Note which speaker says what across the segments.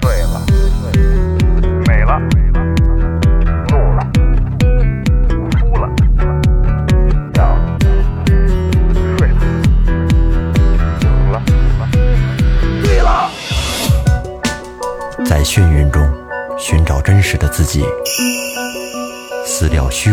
Speaker 1: 醉了，美了，怒了，哭了，笑了，睡了，醒了，醉了。
Speaker 2: 在眩晕中寻找真实的自己，撕掉虚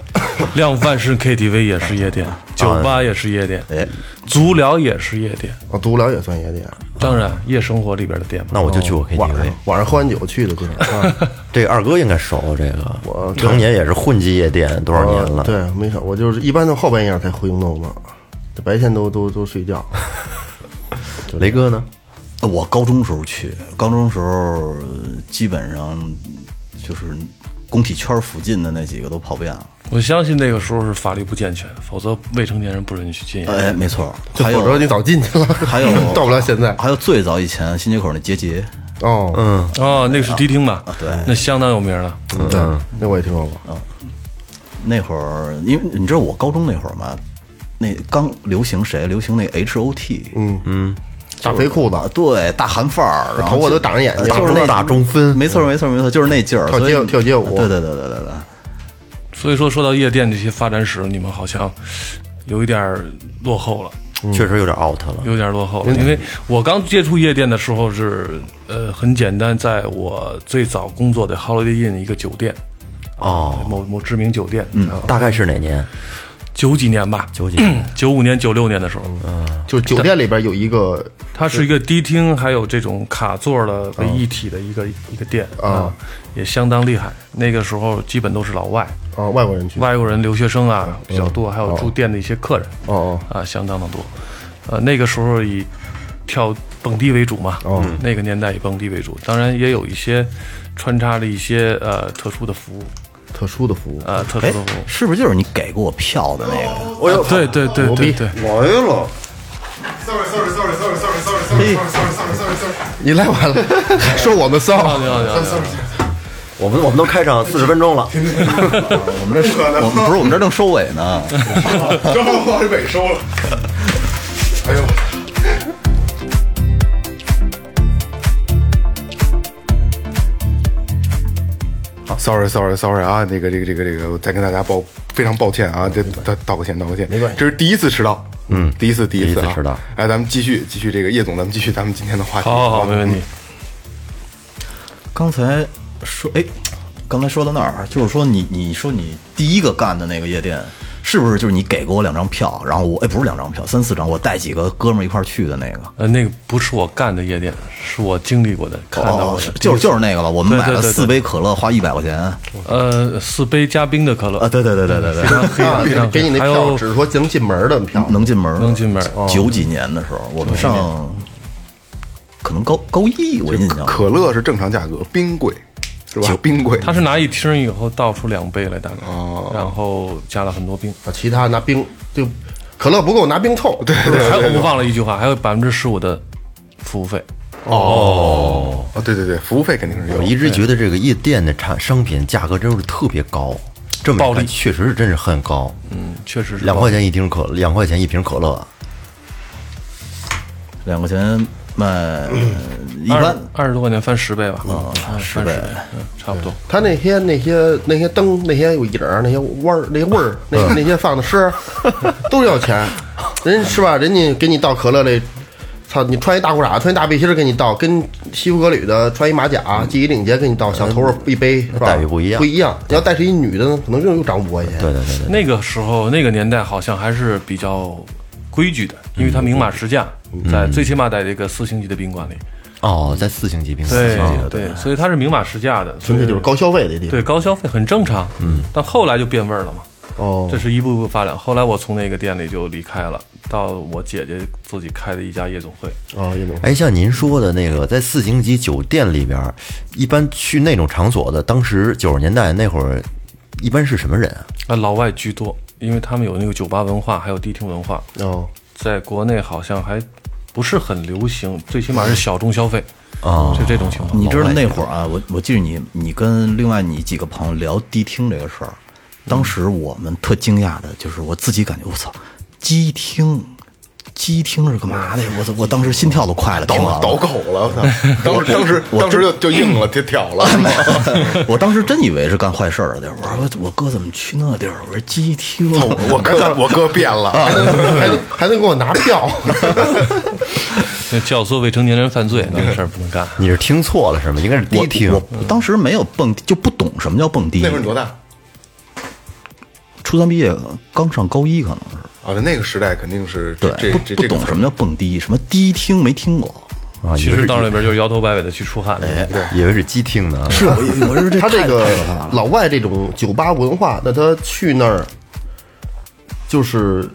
Speaker 3: 量贩式 KTV 也是夜店，酒吧也是夜店，
Speaker 4: 哎，
Speaker 3: 足疗也是夜店。
Speaker 5: 啊，独聊也算夜店。
Speaker 3: 当然，夜生活里边的店嘛。
Speaker 2: 那我就去过 KTV，、
Speaker 5: 晚上晚上喝完酒去的 地方。啊
Speaker 2: 这个二哥应该熟这个，我哦常年也是混迹夜店多少年了。
Speaker 5: 啊对，没少。我就是一般都后半夜才回弄嘛，这白天都都都睡觉。
Speaker 2: 雷哥呢？
Speaker 4: 我高中时候去，高中时候呃基本上就是工体圈附近的那几个都跑遍了。
Speaker 3: 我相信那个时候是法律不健全，否则未成年人不允许进夜店。
Speaker 4: 哎，没错，
Speaker 5: 就
Speaker 4: 还
Speaker 5: 否则
Speaker 4: 有
Speaker 5: 你早进去了，
Speaker 4: 还有
Speaker 5: 到不了现在。
Speaker 4: 还有最早以前新街口那结节，
Speaker 5: 哦，嗯，
Speaker 2: 哎
Speaker 3: 哦，那个是迪厅吧？
Speaker 2: 啊
Speaker 3: 对，那相当有名了。
Speaker 2: 嗯
Speaker 5: 对，那我也听说过。
Speaker 4: 那会儿，因为你知道我高中那会儿嘛，那刚流行谁？流行那 H O T，嗯
Speaker 5: 大肥裤子，
Speaker 4: 啊，对，大韩范儿，然后
Speaker 5: 头发
Speaker 4: 就
Speaker 5: 都挡着眼睛，
Speaker 4: 就是那
Speaker 2: 大中分
Speaker 4: 没错没错没错，就是那劲儿，
Speaker 5: 跳街
Speaker 4: 所以
Speaker 5: 跳街舞哦
Speaker 4: 对对对对对对。
Speaker 3: 所以说，说到夜店这些发展史，你们好像有一点儿落后了，
Speaker 2: 确嗯实有点 out 了。
Speaker 3: 有点儿落后了。因为我刚接触夜店的时候是，呃，很简单，在我最早工作的 Holiday Inn 一个酒店，
Speaker 2: 哦，
Speaker 3: 某某知名酒店，嗯，
Speaker 2: 大概是哪年？
Speaker 3: 九几年吧，
Speaker 2: 九几 年？
Speaker 3: 九五年、九六年的时候，
Speaker 5: 就是酒店里边有一个
Speaker 3: 它是一个迪厅，还有这种卡座的为一体的一个、一个店啊、也相当厉害。那个时候基本都是老外，
Speaker 5: 啊外国人去，
Speaker 3: 外国人留学生啊比较多，还有住店的一些客人
Speaker 5: 哦
Speaker 3: 啊，相当的多。呃，那个时候以跳蹦迪为主嘛，那个年代以蹦迪为主，当然也有一些穿插着一些呃特殊的服务，
Speaker 5: 特殊的服务，
Speaker 3: 呃特殊
Speaker 4: 哎
Speaker 3: 的服，务。
Speaker 4: 是不是就是你给过我票的那个？
Speaker 3: 我有对对对对对，
Speaker 5: 你来晚了，还说我们
Speaker 3: 好
Speaker 5: 骚，
Speaker 3: 的好的好的
Speaker 2: 我们我们都开场四十分钟了，
Speaker 4: 我们这我们不是我们这正收尾呢，
Speaker 6: 正好往尾收了，
Speaker 7: 好，sorry，sorry，sorry 啊，那个，这个，这个，这个，我再跟大家抱，非常抱歉啊，这道道个歉，道个歉，没关系，这是第一次迟到，嗯，第一次，第一次
Speaker 2: 第一
Speaker 7: 啊，
Speaker 2: 次迟到
Speaker 7: 哎，咱们继续，继续这个叶总，咱们继续咱们今天的话题，
Speaker 3: 好好好，没问题。
Speaker 4: 刚才说，哎，刚才说到那儿，啊就是说你你说你第一个干的那个夜店，是不是就是你给过我两张票，然后我哎不是两张票，三四张，我带几个哥们儿一块儿去的那个？
Speaker 3: 呃，那个不是我干的夜店，是我经历过的，看到
Speaker 4: 哦
Speaker 3: 过的，
Speaker 4: 就是就是那个了，我们
Speaker 3: 对对
Speaker 4: 买了
Speaker 3: 对对
Speaker 4: 四杯可乐，花一百块钱啊！
Speaker 3: 呃，四杯加冰的可乐，啊
Speaker 4: 对对对对对啊对，
Speaker 3: 黑 暗非常
Speaker 5: 给你那
Speaker 3: 黑暗还
Speaker 5: 票
Speaker 3: 有
Speaker 5: 只是说能进门的票，
Speaker 4: 能进门儿，
Speaker 3: 能进门儿哦
Speaker 4: 九几年的时候，我们上可能高高一，我印象
Speaker 7: 可乐是正常价格，冰柜是吧？冰柜，
Speaker 3: 他是拿一听以后倒出两杯来，大概，然后加了很多冰。
Speaker 2: 嗯
Speaker 5: 啊其他拿冰就可乐不够拿冰凑，对
Speaker 3: 还有我忘了一句话，还有百分之十五的服务费。
Speaker 7: 哦，对对对，服务费肯定是有
Speaker 2: 我，一直觉得这个夜店的产商品价格真是特别高，这么一看
Speaker 3: 暴利
Speaker 2: 确实是真是很高，
Speaker 3: 嗯，确实是
Speaker 2: 两块钱一听可两块钱一瓶可乐，
Speaker 4: 两块钱卖， 一
Speaker 3: 二
Speaker 4: 般
Speaker 3: 二十多块钱翻十倍吧，啊
Speaker 4: 十
Speaker 3: 翻
Speaker 4: 倍
Speaker 3: 倍，嗯差不多。
Speaker 5: 他那些那些那些灯、那些有影儿、那些味儿、那些 味儿、那那些放的诗， 都要钱。人是吧？人家给你倒可乐那，操！你穿一大裤衩，穿一大背心儿给你倒，跟西服革履的穿一马甲、系一领结给你倒，小头儿一杯是吧？
Speaker 2: 嗯待遇不一样
Speaker 5: 不一样。你要带是一女的呢，可能又又涨五块钱。
Speaker 2: 对对对对，
Speaker 3: 那个时候那个年代好像还是比较规矩的，因为它明码实价，在最起码在这个四星级的宾馆里，
Speaker 2: 哦，在四星级冰
Speaker 3: 对
Speaker 2: 箱啊
Speaker 3: 对，所以它是明码实价的，
Speaker 5: 纯粹就是高消费的地方。
Speaker 3: 对高消费很正常。嗯，但后来就变味儿了嘛。
Speaker 5: 哦
Speaker 3: 这，是一步步发展。后来我从那个店里就离开了，到我姐姐自己开的一家夜总会。
Speaker 5: 哦，叶总，
Speaker 2: 哎，像您说的那个，在四星级酒店里边儿，一般去那种场所的，当时九十年代那会儿，一般是什么人啊？
Speaker 3: 啊，老外居多，因为他们有那个酒吧文化，还有迪厅文化，
Speaker 5: 哦，
Speaker 3: 在国内好像还不是很流行，最起码是小众消费
Speaker 2: 哦
Speaker 3: 就这种情况。
Speaker 4: 你知道那会儿啊，我我记得你你跟另外你几个朋友聊迪厅这个事儿，当时我们特惊讶的就是我自己感觉我操，迪厅。迪厅是干嘛的呀？我操！我当时心跳都快了，
Speaker 7: 倒
Speaker 4: 听完了
Speaker 7: 倒口了，我操！当时当时当时就就硬了，就挑了。
Speaker 4: 我当时真以为是干坏事儿的地儿。我说我哥怎么去那地儿？我说鸡厅，
Speaker 7: 我我哥我哥变了，
Speaker 5: 还能还能给我拿票，
Speaker 3: 那教唆未成年人犯罪那个事儿不能干。
Speaker 2: 你是听错了是吗？应该是迪
Speaker 4: 我
Speaker 2: 厅
Speaker 4: 我我当时没有蹦迪，就不懂什么叫蹦迪
Speaker 7: 那。会儿你多大？
Speaker 4: 初三毕业，刚上高一可能是。
Speaker 7: 啊，那个时代肯定是这这这
Speaker 4: 对，不不
Speaker 7: 这个
Speaker 4: 懂什么叫蹦迪，什么迪厅没听过。
Speaker 2: 啊，以
Speaker 3: 其
Speaker 2: 为
Speaker 3: 实
Speaker 2: 是
Speaker 3: 到那边就是摇头摆尾的去出汗。
Speaker 2: 以为是鸡厅呢。
Speaker 4: 是我我说这
Speaker 5: 他这
Speaker 4: 太
Speaker 5: 个
Speaker 4: 太可怕了
Speaker 5: 老外这种酒吧文化，那他去那儿就是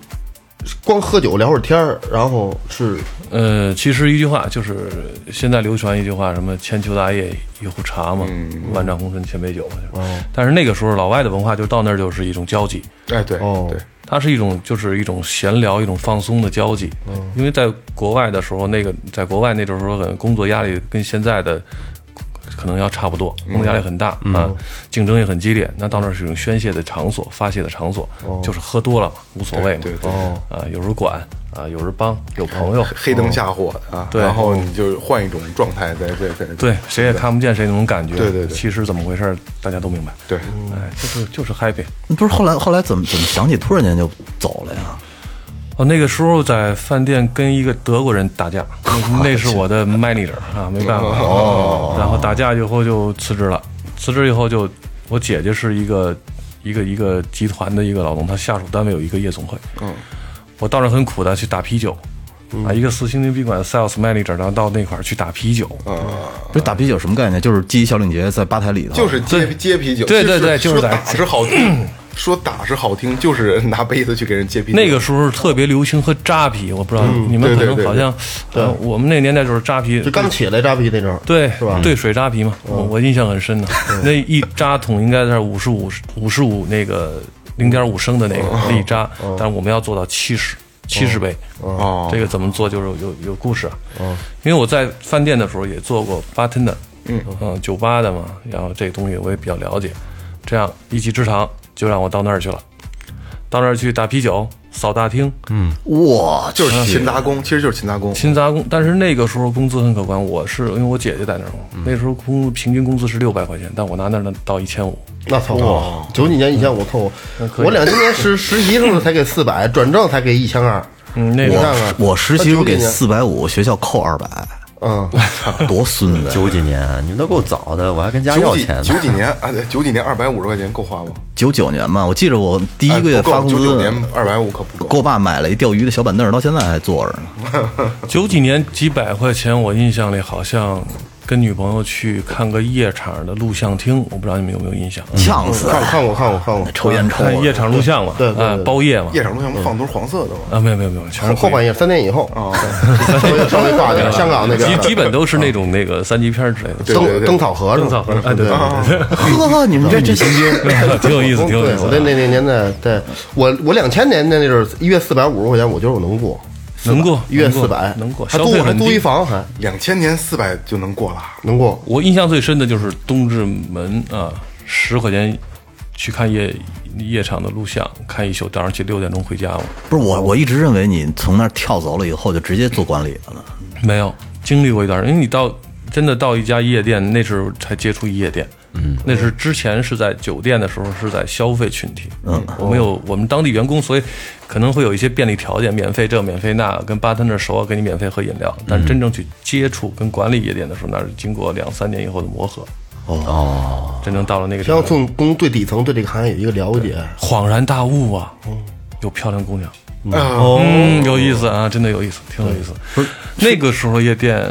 Speaker 5: 光喝酒聊会儿天儿，然后是
Speaker 3: 呃，其实一句话就是现在流传一句话，什么千秋大业一壶茶嘛，万丈红尘千杯酒嘛。就是但是那个时候老外的文化就到那儿就是一种交际，
Speaker 7: 哎对
Speaker 5: 哦
Speaker 7: 对，
Speaker 3: 它是一种就是一种闲聊，一种放松的交际。
Speaker 7: 嗯
Speaker 3: 因为在国外的时候，那个在国外那种时候，可能工作压力跟现在的可能要差不多，
Speaker 7: 嗯
Speaker 3: 工作压力很大、啊，竞争也很激烈。那到那儿是一种宣泄的场所，发泄的场所，就是喝多了嘛，无所谓嘛。
Speaker 7: 哦对对对哦
Speaker 3: 啊，有人管啊，有人帮，有朋 友。哦
Speaker 7: 黑灯瞎火的啊，
Speaker 3: 对
Speaker 7: 然
Speaker 5: 哦
Speaker 7: 后你就换一种状态，在在在
Speaker 3: 对，谁也看不见谁那种感觉。
Speaker 7: 对对对嗯
Speaker 3: 其实怎么回事儿，大家都明白。
Speaker 7: 对，
Speaker 3: 哎，就是就是 happy。
Speaker 4: 不是后来后来怎么怎么想起突然间就走了呀？
Speaker 3: 哦，那个时候在饭店跟一个德国人打架，那是我的 manager 啊，没办法。哦，然后打架以后就辞职了，辞职以后就我姐姐是一个一个一个集团的一个老总，她下属单位有一个夜总会。嗯，我到那很苦的去打啤酒。啊，一个四星级宾馆的 sales manager，然后到那块儿去打啤酒，
Speaker 4: 不是打啤酒什么概念？就是系一小领结在吧台里头，
Speaker 7: 就是接接啤酒，
Speaker 3: 对对对
Speaker 7: 就
Speaker 3: 就是
Speaker 7: 说
Speaker 3: 在
Speaker 7: 打是好听，说打是好听，就是拿杯子去给人接啤酒。
Speaker 3: 那个时候特别流行喝扎啤，我不知道、你们
Speaker 7: 对
Speaker 3: 可
Speaker 7: 对
Speaker 3: 能
Speaker 7: 对
Speaker 3: 好像，呃，我们那年代就是扎啤，
Speaker 5: 就刚起来扎啤那种，
Speaker 3: 对，
Speaker 5: 是吧？嗯
Speaker 3: 对水扎啤嘛，我我印象很深的，那一扎桶应该在五十五五十五那个零点五升的那
Speaker 5: 嗯
Speaker 3: 个一扎，但是我们要做到七十七十杯，
Speaker 5: 嗯
Speaker 7: 哦
Speaker 3: 这个怎么做就是有有有故事啊。因为我在饭店的时候也做过 bartender，嗯酒吧的嘛，然后这个东西我也比较了解，这样一技之长就让我到那儿去了，到那儿去打啤酒。扫大厅，
Speaker 6: 哇，就是勤杂工，其实就是勤杂工。
Speaker 3: 勤杂工。但是那个时候工资很可观，我是因为我姐姐在那儿嘛，
Speaker 5: 嗯
Speaker 3: 那时候工平均工资是六百块钱，但我拿那儿能到一千五。
Speaker 5: 那操！九几年一千五凑
Speaker 3: 可以
Speaker 5: 合，我两千年实实习时候才给四百，转正才给一千二。
Speaker 3: 嗯，那
Speaker 5: 你
Speaker 3: 个
Speaker 5: 看看，
Speaker 4: 我实习时候给
Speaker 5: 那九几年
Speaker 4: 四百五，学校扣二百，
Speaker 5: 嗯，
Speaker 4: 多孙子呀！
Speaker 2: 九几年，你们都够早的，我还跟家要
Speaker 6: 九几
Speaker 2: 钱
Speaker 6: 九
Speaker 2: 呢。
Speaker 6: 几年啊，对，九几年二百五十块钱够花吗？
Speaker 4: 九九年吧，我记着我第
Speaker 6: 哎
Speaker 4: 一个月
Speaker 6: 不
Speaker 4: 发
Speaker 6: 够，
Speaker 4: 工
Speaker 6: 九九
Speaker 4: 资，
Speaker 6: 年二百五可不
Speaker 4: 给
Speaker 6: 够。
Speaker 4: 我爸买了一钓鱼的小板凳，到现在还坐着呢。
Speaker 3: 九几年几百块钱，我印象里好像跟女朋友去看个夜场的录像厅，我不知道你们有没有印
Speaker 5: 嗯
Speaker 3: 象？
Speaker 4: 呛死！
Speaker 6: 嗯
Speaker 5: 看看过看过看过，
Speaker 4: 抽烟抽
Speaker 3: 看夜
Speaker 4: 的，
Speaker 3: 场录像嘛，
Speaker 5: 对对对
Speaker 3: 啊包夜嘛，
Speaker 6: 夜场录像不放都是黄色的吗？
Speaker 3: 啊，没有没有没有，全是
Speaker 5: 后后半夜三点以后，
Speaker 3: 哦
Speaker 5: 稍微稍微挂点香港那嗯
Speaker 3: 基基
Speaker 5: 个
Speaker 3: 本都是那种那个三级片之类的，
Speaker 6: 对对
Speaker 5: 灯
Speaker 6: 对
Speaker 5: 灯草盒是
Speaker 3: 正
Speaker 5: 吧
Speaker 3: 草和哎对对对
Speaker 4: 呵，你们这这
Speaker 3: 对， 挺有意思，挺有意
Speaker 5: 对，
Speaker 3: 思
Speaker 5: 我在
Speaker 3: 啊，
Speaker 5: 那那年代，对我我两千年的那阵儿，一月四百五十块钱，我觉得我能过，
Speaker 3: 能过
Speaker 5: 一月
Speaker 3: 能过
Speaker 5: 四百，
Speaker 3: 能过，
Speaker 5: 还
Speaker 3: 消
Speaker 5: 租
Speaker 3: 费
Speaker 5: 还
Speaker 3: 很
Speaker 5: 租
Speaker 3: 低
Speaker 5: 一。房还
Speaker 6: 两千年四百就能过了，
Speaker 7: 啊
Speaker 5: 能过，
Speaker 3: 我印象最深的就是东直门啊，十块钱去看夜夜场的录像，看一宿，早上起六点钟回家嘛。
Speaker 4: 不是我，我一直认为你从那儿跳走了以后就直接做管理了呢。
Speaker 3: 没有经历过一段儿，因为你到真的到一家夜店，那时候才接触夜店。嗯，那是之前是在酒店的时候是在消费群体。嗯，我们有我们当地员工，所以可能会有一些便利条件，免费这免费那，跟巴特那熟啊，给你免费喝饮料。但真正去接触跟管理夜店的时候，那是经过两三年以后的磨合。哦，真正到了那个地
Speaker 5: 想
Speaker 3: 方
Speaker 5: 要，从从最底层对这个行业有一个了解，
Speaker 3: 恍然大悟啊！有漂亮姑娘，
Speaker 4: 啊
Speaker 6: 哦，
Speaker 3: 嗯，有意思啊，真的有意思，挺有意思。不是那个时候夜店。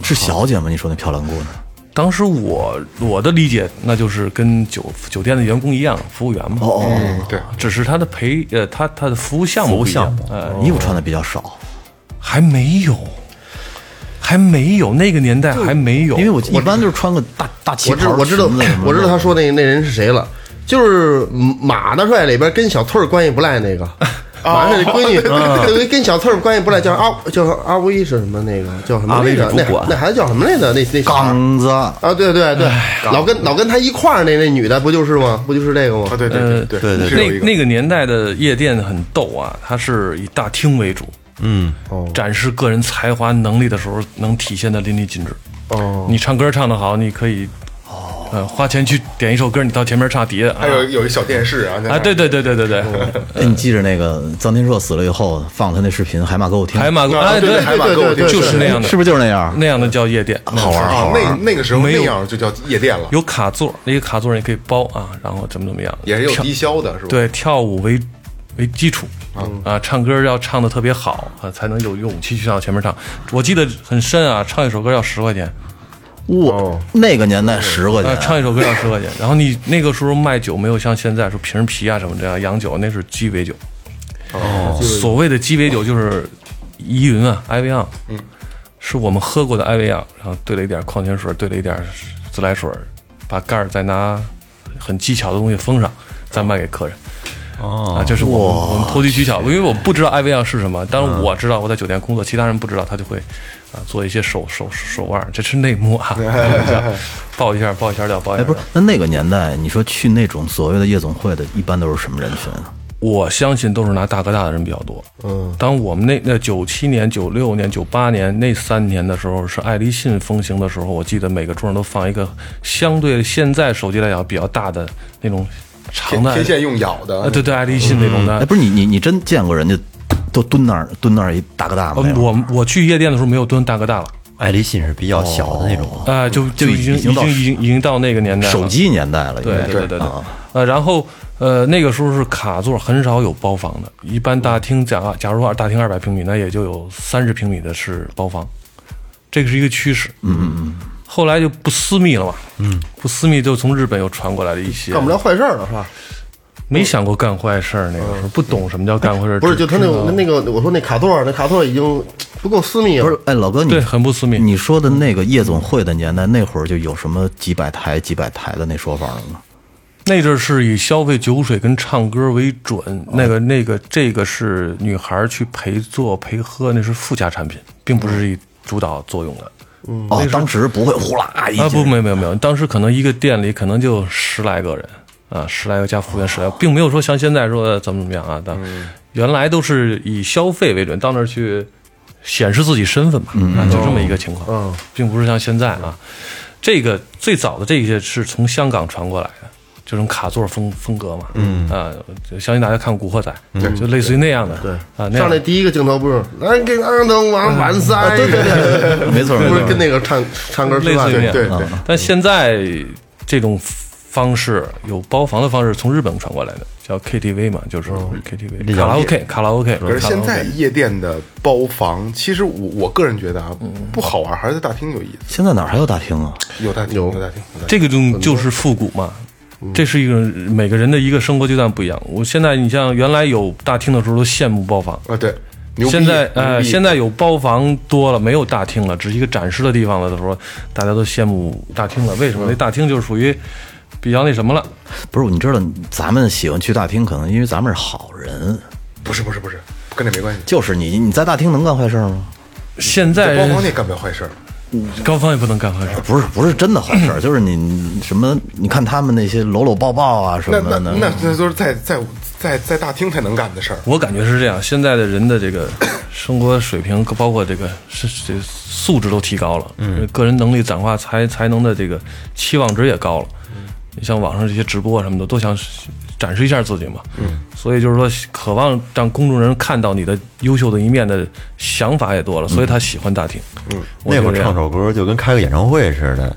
Speaker 4: 是小姐吗？你说那漂亮姑娘？
Speaker 3: 当时我我的理解，那就是跟酒酒店的员工一样，服务员嘛。哦
Speaker 6: 嗯，对，
Speaker 3: 只是他的陪呃，他他的服务项目不一样
Speaker 2: 服务项
Speaker 3: 呃，
Speaker 4: 衣服穿的比较少，
Speaker 3: 还没有，还没有那个年代还没有，
Speaker 4: 因为我一般就是穿个大大旗
Speaker 5: 我知
Speaker 4: 袍、
Speaker 5: 我知道
Speaker 4: 裙子什么的
Speaker 5: 我知道他说那那人是谁了，就是马大帅里边跟小翠儿关系不赖那个。马大帅的闺女，对，跟小翠儿关系不赖，叫阿叫阿威是什么？那个叫什么
Speaker 2: 阿？威
Speaker 5: 那
Speaker 2: 是
Speaker 5: 个
Speaker 2: 主
Speaker 5: 那
Speaker 2: 管
Speaker 5: 那孩子叫什么来着？那那小孩儿
Speaker 4: 刚子，
Speaker 5: 啊，对对对，老跟老跟他一块儿那那女的不就是吗？不就是这个吗
Speaker 6: 啊？对对对
Speaker 2: 对对
Speaker 6: 是有一
Speaker 3: 呃那
Speaker 6: 个
Speaker 3: 那个年代的夜店很逗啊，它是以大厅为主，嗯，
Speaker 6: 哦
Speaker 3: 展示个人才华能力的时候能体现的淋漓尽致。哦，你唱歌唱得好，你可以，呃，花钱去点一首歌，你到前面唱底下，
Speaker 6: 还有哦有一小电视啊，那
Speaker 3: 啊，对对对对对对，
Speaker 4: 哎，你记着那个臧天朔死了以后放他那视频，海马给我听，
Speaker 3: 海马
Speaker 6: 啊
Speaker 3: 哎
Speaker 6: 对
Speaker 3: 对
Speaker 6: 海马歌舞厅
Speaker 3: 就是那样的，
Speaker 4: 是不是就是那样？
Speaker 3: 那样的叫夜店？
Speaker 4: 好玩好
Speaker 6: 啊，
Speaker 4: 玩。
Speaker 6: 那那个时候
Speaker 3: 没有
Speaker 6: 那样就叫夜店了，
Speaker 3: 有卡座，那个卡座你可以包啊，然后怎么怎么样，
Speaker 6: 也是有
Speaker 3: 跳
Speaker 6: 低消的，是吧？
Speaker 3: 对跳舞为为基础啊，唱歌要唱的特别好啊，才能有勇气去到前面唱。我记得很深啊，唱一首歌要十块钱，
Speaker 4: 哇，那个年代十块
Speaker 3: 哦啊，
Speaker 4: 钱，
Speaker 3: 唱一首歌要十块钱。然后你那个时候卖酒没有像现在说瓶啤啊什么这样洋酒，那是鸡尾酒。哦，所谓的鸡尾酒就是依云啊，艾维昂，嗯，是我们喝过的艾维昂，然后兑了一点矿泉水，兑了一点自来水，把盖儿再拿很技巧的东西封上，再卖给客人。哦，啊，这是我们我们投机取巧，因为我不知道艾维昂是什么，但是我知道我在酒店工作，其他人不知道，他就会啊做一些手手手腕儿，这是内幕啊，开玩 笑爆一下爆一下料，爆一
Speaker 4: 哎，
Speaker 3: 下
Speaker 4: 不
Speaker 3: 料
Speaker 4: 是。，那那个年代，你说去那种所谓的夜总会的，一般都是什么人群啊？
Speaker 3: 我相信都是拿大哥大的人比较多。嗯，当我们那那九七年、九六年、九八年那三年的时候，是爱立信风行的时候，我记得每个桌上都放一个相对现在手机来讲比较大的那种长
Speaker 6: 天
Speaker 3: 的，
Speaker 6: 天线用咬的，
Speaker 3: 啊，对对，爱立信那种的。
Speaker 4: 哎，不是你你你真见过人家都蹲那儿蹲那儿一大哥大吗？
Speaker 3: 呃我我去夜店的时候没有蹲大哥大了，
Speaker 2: 爱立信是比较小的那种，
Speaker 6: 哦
Speaker 3: 啊、就
Speaker 4: 就
Speaker 3: 就已经
Speaker 4: 已经
Speaker 3: 已
Speaker 4: 到
Speaker 3: 经已经已经到那个年代了，
Speaker 4: 手机年代了，应
Speaker 3: 对
Speaker 4: 该
Speaker 3: 对对对
Speaker 4: 啊，
Speaker 3: 呃，然后呃，那个时候是卡座，很少有包房的。一般大厅假假如说大厅二百平米，那也就有三十平米的是包房，这个是一个趋势。嗯嗯嗯。后来就不私密了嘛，嗯，不私密就从日本又传过来了一些，
Speaker 5: 干不了，坏事儿了是吧？
Speaker 3: 没想过干坏事儿。那个时候不懂什么叫干坏事儿，
Speaker 5: 哎不是，
Speaker 3: 只
Speaker 5: 就他那
Speaker 3: 知道
Speaker 5: 个那个，我说那卡座儿，那卡座儿已经不够私密了，
Speaker 4: 不是，哎，老
Speaker 5: 嗯
Speaker 4: 哥你
Speaker 3: 对很不私密
Speaker 4: 你说的那个夜总会的年代，那会儿就有什么几百台几百台的那说法了吗？
Speaker 3: 那阵儿是以消费酒水跟唱歌为准，
Speaker 5: 啊
Speaker 3: 那个那个这个是女孩儿去陪做陪喝，那是附加产品，并不是以主导作用的。
Speaker 4: 哦，当时不会呼啦一
Speaker 3: 啊，不，
Speaker 4: 进
Speaker 3: 没有没有没有，当时可能一个店里可能就十来个人啊，十来个加服务员，十来个，并没有说像现在说的怎么怎么样啊，但原来都是以消费为准，到那儿去显示自己身份吧，啊就这么一个情况，嗯，并不是像现在啊，这个最早的这些是从香港传过来的。这种卡座风风格嘛，嗯啊，就相信大家看《古惑仔》，就类似于那样的，对啊，那
Speaker 5: 上
Speaker 3: 样
Speaker 5: 来
Speaker 3: 的
Speaker 5: 第一个镜头不是来给安东王完赛，对对 对，
Speaker 4: 没错，没
Speaker 5: 不是
Speaker 4: 错
Speaker 5: 跟那个唱唱歌吃
Speaker 3: 类
Speaker 5: 饭
Speaker 3: 似于那样，啊
Speaker 6: 对对，
Speaker 3: 但现在这种方式有包房的方式，从日本传过来的，叫 KTV 嘛，就是
Speaker 6: 哦
Speaker 3: KTV 卡拉 OK 卡拉 OK。
Speaker 6: 可是现在夜店的包房，其实我我个人觉得啊，
Speaker 3: 嗯
Speaker 6: 不好玩，还是在大厅有意思。
Speaker 4: 现在哪儿还有大厅啊？
Speaker 6: 有大厅，有大厅，有大厅
Speaker 3: 这个种就是复古嘛，
Speaker 6: 嗯
Speaker 3: 这是一个每个人的一个生活阶段不一样。我现在你像原来有大厅的时候都羡慕包房，
Speaker 6: 啊，对，牛逼！
Speaker 3: 现在呃
Speaker 6: 牛逼
Speaker 3: 现在有包房多了，没有大厅了，只是一个展示的地方了的时候，大家都羡慕大厅了。为什么？
Speaker 6: 嗯
Speaker 3: 那大厅就是属于比较那什么了。
Speaker 4: 不是，你知道咱们喜欢去大厅，可能因为咱们是好人，
Speaker 6: 不是不是不是，跟这没关系。
Speaker 4: 就是你你在大厅能干坏事吗？
Speaker 3: 现
Speaker 6: 在
Speaker 3: 在
Speaker 6: 包房你干不了坏事儿，
Speaker 3: 高方也不能干坏事。
Speaker 4: 不是不是真的坏 事，就是你你什么，你看他们那些搂搂抱抱啊什
Speaker 6: 那
Speaker 4: 么
Speaker 6: 那
Speaker 4: 的，
Speaker 6: 那那都是在在在在大厅才能干的事儿。
Speaker 3: 我感觉是这样，现在的人的这个生活水平，包括这个是这素质都提高了，嗯，个人能力转化才才能的这个期望值也高了。
Speaker 2: 嗯
Speaker 3: 你像网上这些直播什么的，都想展示一下自己嘛，嗯，所以就是说，渴望让公众人看到你的优秀的一面的想法也多了，所以他喜欢大厅。嗯，
Speaker 2: 那会儿唱首歌就跟开个演唱会似的，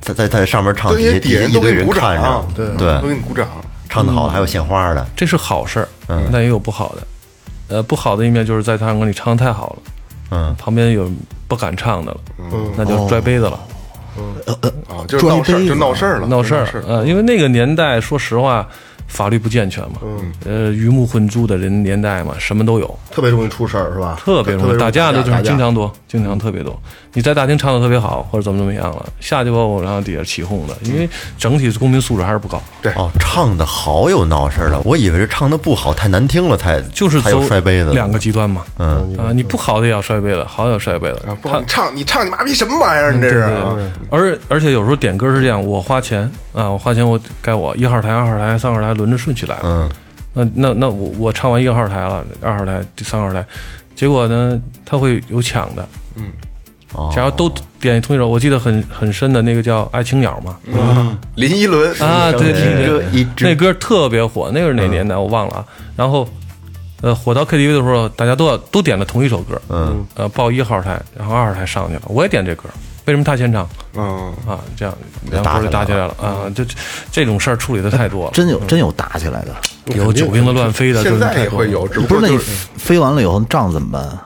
Speaker 2: 在在在上面唱，
Speaker 6: 对，因
Speaker 2: 底
Speaker 6: 为
Speaker 2: 下
Speaker 6: 底下人
Speaker 2: 一
Speaker 6: 都
Speaker 2: 堆
Speaker 6: 给你
Speaker 2: 人
Speaker 6: 鼓掌啊
Speaker 2: 看着，，
Speaker 6: 都给
Speaker 2: 对，
Speaker 6: 你嗯鼓掌。啊
Speaker 2: 唱的好的还有献花的，
Speaker 3: 这是好事儿，
Speaker 2: 嗯
Speaker 3: 但也有不好的。呃，不好的一面就是在唱歌你唱的太好了，
Speaker 2: 嗯，哦
Speaker 3: 旁边有不敢唱的了，那就拽杯子了。
Speaker 4: 呃
Speaker 6: 啊，就是闹事儿，就闹事儿了，
Speaker 3: 闹事儿
Speaker 6: 就，
Speaker 3: 呃，因为那个年代，说实话，法律不健全嘛，呃，鱼目混珠的人年代嘛，什么都有，
Speaker 5: 特别容易出事儿是吧？
Speaker 3: 特别容易打架嗯的，就是经常多，经常特别多。你在大厅唱的特别好，或者怎么怎么样了，下去吧，我然后底下起哄的，因为整体公民素质还是不高，
Speaker 2: 哦，唱的好有闹事儿的，我以为是唱的不好太难听了才
Speaker 3: 就是
Speaker 2: 才有
Speaker 3: 走
Speaker 2: 摔杯子，
Speaker 3: 两个极端嘛，
Speaker 2: 嗯
Speaker 3: 啊，你不好的也要摔杯子，好的也要摔杯子
Speaker 6: 啊，，不好，你唱你唱你妈逼什么玩意儿？你这是
Speaker 3: 嗯
Speaker 6: 啊
Speaker 3: 而而且有时候点歌是这样，我花钱啊，我花钱我该我一号台、二号台、三号台轮着顺序来嘛，
Speaker 2: 嗯，
Speaker 3: 那那那我我唱完一个号台了，二号台、第三号台，结果呢，他会有抢的。
Speaker 2: 哦
Speaker 3: 假如都点同一首，我记得很很深的那个叫《爱情鸟》嘛，
Speaker 6: 林依轮
Speaker 3: 嗯啊，
Speaker 2: 嗯
Speaker 3: 对对对，
Speaker 2: 一
Speaker 3: 那歌特别火，那个是哪
Speaker 2: 嗯
Speaker 3: 年的我忘了啊。然后，呃，火到 KTV 的时候，大家都要都点了同一首歌，
Speaker 2: 嗯，
Speaker 3: 呃，报一号台，然后二号台上去了，我也点这歌，为什么他先唱
Speaker 6: 嗯，
Speaker 3: 啊？这样，然后就打起来了啊！这这这种事儿处理的太多了，
Speaker 4: 真有真有打起来的，
Speaker 3: 有酒瓶子乱飞的，
Speaker 6: 现在
Speaker 3: 就是太
Speaker 6: 也
Speaker 3: 多
Speaker 6: 会
Speaker 3: 了
Speaker 6: 有，只不
Speaker 4: 不
Speaker 6: 过
Speaker 4: 是？那
Speaker 6: 就
Speaker 4: 你
Speaker 6: 是
Speaker 4: 飞完了以后仗怎么办？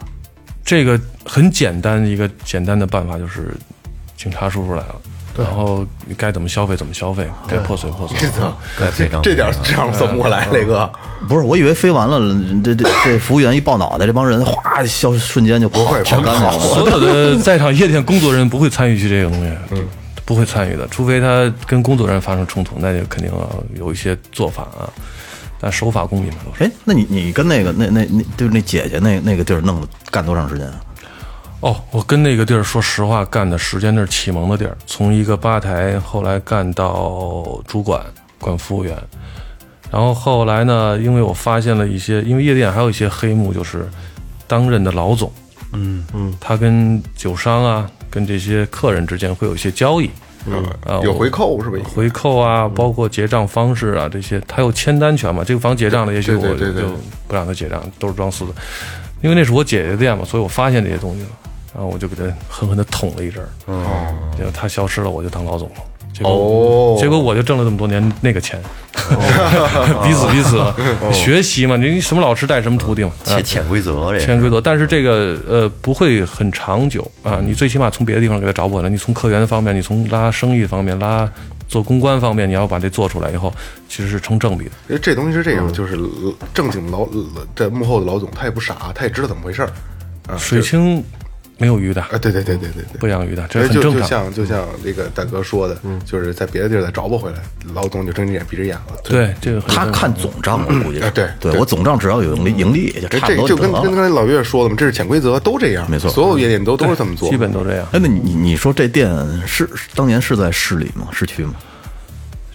Speaker 3: 这个很简单，一个简单的办法就是，警察叔叔来了，然后该怎么消费怎么消费，该破碎破碎。
Speaker 2: 该赔偿
Speaker 6: 这点儿这样算不过
Speaker 3: 嗯
Speaker 6: 来，磊哥。
Speaker 4: 不是，我以为飞完了，这这这服务员一抱脑袋，这帮人哗消瞬间就跑
Speaker 6: 会
Speaker 4: 跑干净了。
Speaker 3: 所有的在场夜店工作人员不会参与去这个东西，不会参与的，除非他跟工作人员发生冲突，那就肯定要有一些做法啊。但守法公民嘛，都是。
Speaker 4: 哎，那你你跟那个那那那就是那姐姐那那个地儿弄了干多长时间啊？
Speaker 3: 哦，我跟那个地儿说实话，干的时间那是启蒙的地儿，从一个吧台后来干到主管，管服务员。然后后来呢，因为我发现了一些，因为夜店还有一些黑幕，就是当任的老总，嗯嗯，他跟酒商啊，跟这些客人之间会有一些交易，啊
Speaker 6: 嗯，有
Speaker 3: 我
Speaker 6: 回扣是吧？
Speaker 3: 回扣
Speaker 6: 嗯
Speaker 3: 啊，包括结账方式啊，这些他有签单权嘛？这个房结账了，也许
Speaker 6: 对
Speaker 3: 我
Speaker 6: 对对对
Speaker 3: 就不让他结账，都是装死的，因为那是我姐姐店嘛，所以我发现这些东西了，然后我就给他狠狠的捅了一阵儿，
Speaker 6: 嗯
Speaker 3: 结果他消失了，我就当老总了。结果，
Speaker 6: 哦
Speaker 3: 结果我就挣了这么多年那个钱， 彼此彼此、
Speaker 6: 哦
Speaker 3: 学习嘛，你什么老师带什么徒弟嘛，
Speaker 2: 潜呃潜规则这
Speaker 3: 潜
Speaker 2: 个，
Speaker 3: 规则，但是这个呃不会很长久啊。
Speaker 6: 嗯
Speaker 3: 你最起码从别的地方给他找补了，你从客源方面，你从拉生意方面，拉做公关方面，你要把这做出来以后，其实是成正比的。
Speaker 6: 因为这东西是这
Speaker 3: 嗯
Speaker 6: 样，就是正经老这幕后的老总，他也不傻，他也知道怎么回事儿。啊，
Speaker 3: 水
Speaker 6: 就是
Speaker 3: 清没有鱼的，
Speaker 6: 啊，对对对对对对。
Speaker 3: 不养鱼的，这
Speaker 6: 哎
Speaker 3: 很
Speaker 6: 就
Speaker 3: 正
Speaker 6: 就
Speaker 3: 常。嗯
Speaker 6: 像就像那个大哥说的，就是在别的地儿再找不回来，老总就睁只眼闭只眼了。
Speaker 3: 对，这个很
Speaker 4: 他
Speaker 3: 正常
Speaker 4: 看总账，我估计
Speaker 6: 嗯
Speaker 4: 是
Speaker 6: 哎对
Speaker 4: 对
Speaker 6: 对嗯
Speaker 4: 我总账只要有盈利盈利就
Speaker 6: 这
Speaker 4: 差
Speaker 6: 这
Speaker 4: 不多
Speaker 6: 就
Speaker 4: 得
Speaker 6: 跟跟
Speaker 4: 了。
Speaker 6: 刚才老岳说的嘛，这是潜规则，都这样，
Speaker 4: 没错
Speaker 6: 所有夜店都都是这么做，
Speaker 3: 基本都这样。
Speaker 4: 哎，那你你你说这店是当年是在市里吗？市区吗？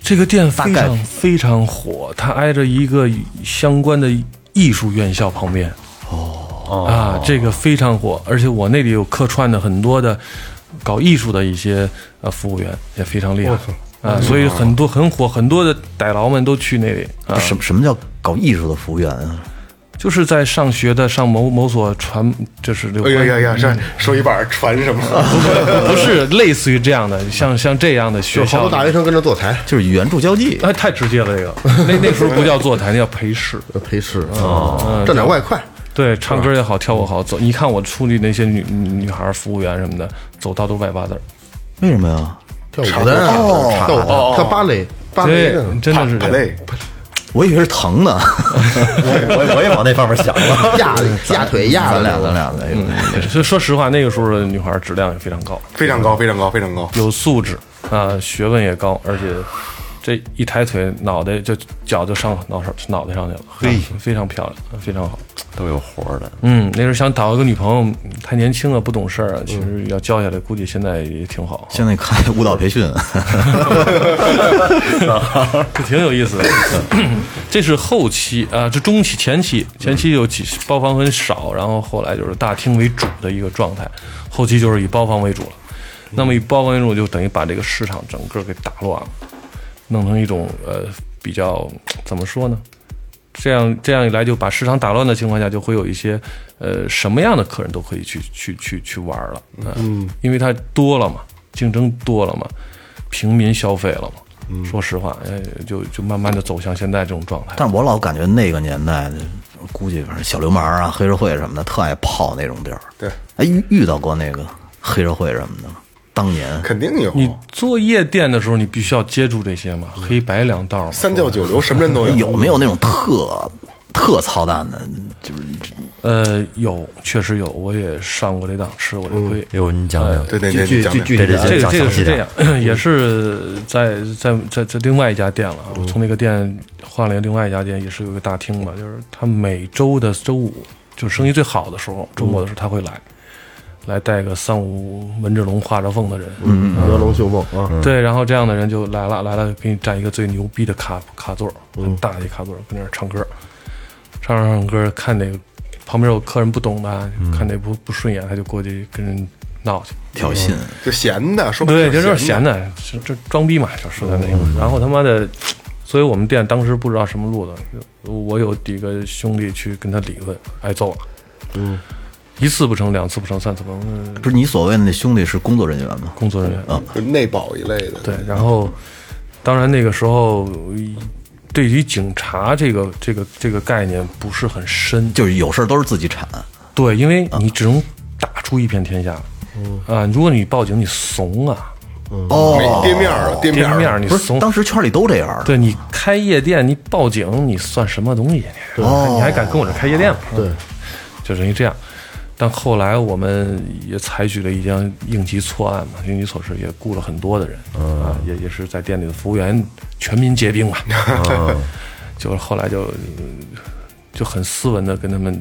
Speaker 3: 这个店非啊
Speaker 4: 大概
Speaker 3: 常非常火，它挨着一个相关的艺术院校旁边。哦，啊，这个非常火，而且我那里有客串的很多的搞艺术的一些呃服务员，也非常厉害。啊，所以很多很火，很多的歹劳们都去那里啊，
Speaker 4: 什么什么叫搞艺术的服务员啊？
Speaker 3: 就是在上学的上某某所传，就是有
Speaker 6: 哎
Speaker 3: 关
Speaker 6: 呀呀呀，这手一板传什么？
Speaker 3: 嗯不是类似于这样的，像像这样的学
Speaker 5: 好
Speaker 3: 校
Speaker 5: 多
Speaker 3: 里，
Speaker 5: 大学生跟着坐台
Speaker 4: 就是援助交际，
Speaker 3: 哎，太直接了这个。那那时候不叫坐台，那叫陪侍。
Speaker 5: 陪侍啊，挣点外快。
Speaker 3: 对，唱歌也好，跳舞好，走。你看我处理那些女女女孩儿服务员什么的，走道都外八字儿。
Speaker 4: 为什么呀？
Speaker 5: 跳舞的哦，跳舞跳芭蕾，芭蕾
Speaker 3: 对
Speaker 5: 这种，
Speaker 3: 真的是这样。
Speaker 6: 累，
Speaker 4: 我以为是疼呢。
Speaker 2: 我我我也往那方面想了。
Speaker 5: 压压腿压
Speaker 4: 咱
Speaker 5: 的
Speaker 4: 俩
Speaker 5: 那
Speaker 4: 咱
Speaker 5: 种，
Speaker 4: 俩的，
Speaker 6: 嗯
Speaker 4: 哎
Speaker 3: 对所以说实话，那个时候的女孩儿质量也非常高，
Speaker 6: 非常高，非常高，非常高。
Speaker 3: 有素质啊，学问也高，而且这一抬腿，脑袋就脚就上脑上脑袋上去了，嘿，非常漂亮，非常好。
Speaker 2: 都有活儿的，
Speaker 3: 嗯，那时候想找一个女朋友，嗯太年轻了，不懂事儿啊。其实要教下来，估计现在也挺好，
Speaker 4: 现在看舞蹈培训，
Speaker 3: 挺有意思的。这是后期啊，这中期、前期，前期有几包房很少，然后后来就是大厅为主的一个状态，后期就是以包房为主了。那么以包房为主，就等于把这个市场整个给打乱了，弄成一种呃比较怎么说呢？这样这样一来，就把市场打乱的情况下，就会有一些呃什么样的客人都可以去去去去玩了，嗯，因为它多了嘛，竞争多了嘛，平民消费了嘛。说实话，呃，就就慢慢的走向现在这种状态。
Speaker 4: 但是我老感觉那个年代，估计反正小流氓啊、黑社会什么的，特爱泡那种地儿。
Speaker 6: 对，
Speaker 4: 哎，遇遇到过那个黑社会什么的吗？当年
Speaker 6: 肯定有。
Speaker 3: 你做夜店的时候，你必须要接触这些嘛，黑白两道嘛。
Speaker 6: 三教九流，什么人都有。
Speaker 4: 有没有那种特特操蛋的？就是
Speaker 3: 呃，有，确实有，我也上过这当，吃过这亏。
Speaker 2: 哎呦，你讲讲，
Speaker 6: 对对
Speaker 5: 聚
Speaker 6: 对，
Speaker 5: 聚
Speaker 6: 你讲
Speaker 5: 聚
Speaker 6: 讲
Speaker 5: 聚
Speaker 2: 这这
Speaker 5: 集
Speaker 3: 这
Speaker 2: 讲
Speaker 3: 个这个
Speaker 2: 详细
Speaker 3: 是这
Speaker 2: 点
Speaker 3: 样，也是在在在在另外一家店了啊。我从那个店换了另外一家店，也是有个大厅嘛，就是他每周的周五，就是生意最好的时候，周末的时候他会来，来带个三五文志龙、画着凤的人，嗯，
Speaker 5: 鹅龙秀梦啊，
Speaker 3: 对，然后这样的人就来了，来了给你占一个最牛逼的卡卡座，很大的一卡座，跟那儿唱歌，唱着唱着歌，看哪个旁边有客人不懂的啊，看哪不不顺眼，他就过去跟人闹去。
Speaker 4: 挑衅，
Speaker 6: 就闲的，说白
Speaker 3: 对，
Speaker 6: 了
Speaker 3: 就有点闲
Speaker 6: 的。
Speaker 3: 的，这这装逼嘛，就说的那个。然后他妈的，所以我们店当时不知道什么路子，我有几个兄弟去跟他理论，挨揍了。嗯，一次不成，两次不成，三次不成，
Speaker 4: 不是你所谓的那兄弟是工作人员吗？
Speaker 3: 工作人员
Speaker 6: 就内保一类的，
Speaker 3: 对，然后当然那个时候对于警察这个这个这个概念不是很深，
Speaker 4: 就是有事儿都是自己铲，
Speaker 3: 对，因为你只能打出一片天下，啊，如果你报警你怂啊，
Speaker 6: 没哎跌面儿了，跌
Speaker 3: 店
Speaker 6: 面儿
Speaker 3: 面
Speaker 6: 了。
Speaker 3: 儿你
Speaker 4: 不是
Speaker 3: 怂。
Speaker 4: 当时圈里都这样。
Speaker 3: 对你开夜店，你报警，你算什么东西？你你还敢跟我这开夜店吗？对，就等于这样。但后来我们也采取了一项应急措案嘛，应急措施也雇了很多的人，啊，也也是在店里的服务员全民皆兵嘛， 就是后来就嗯就很斯文的跟他们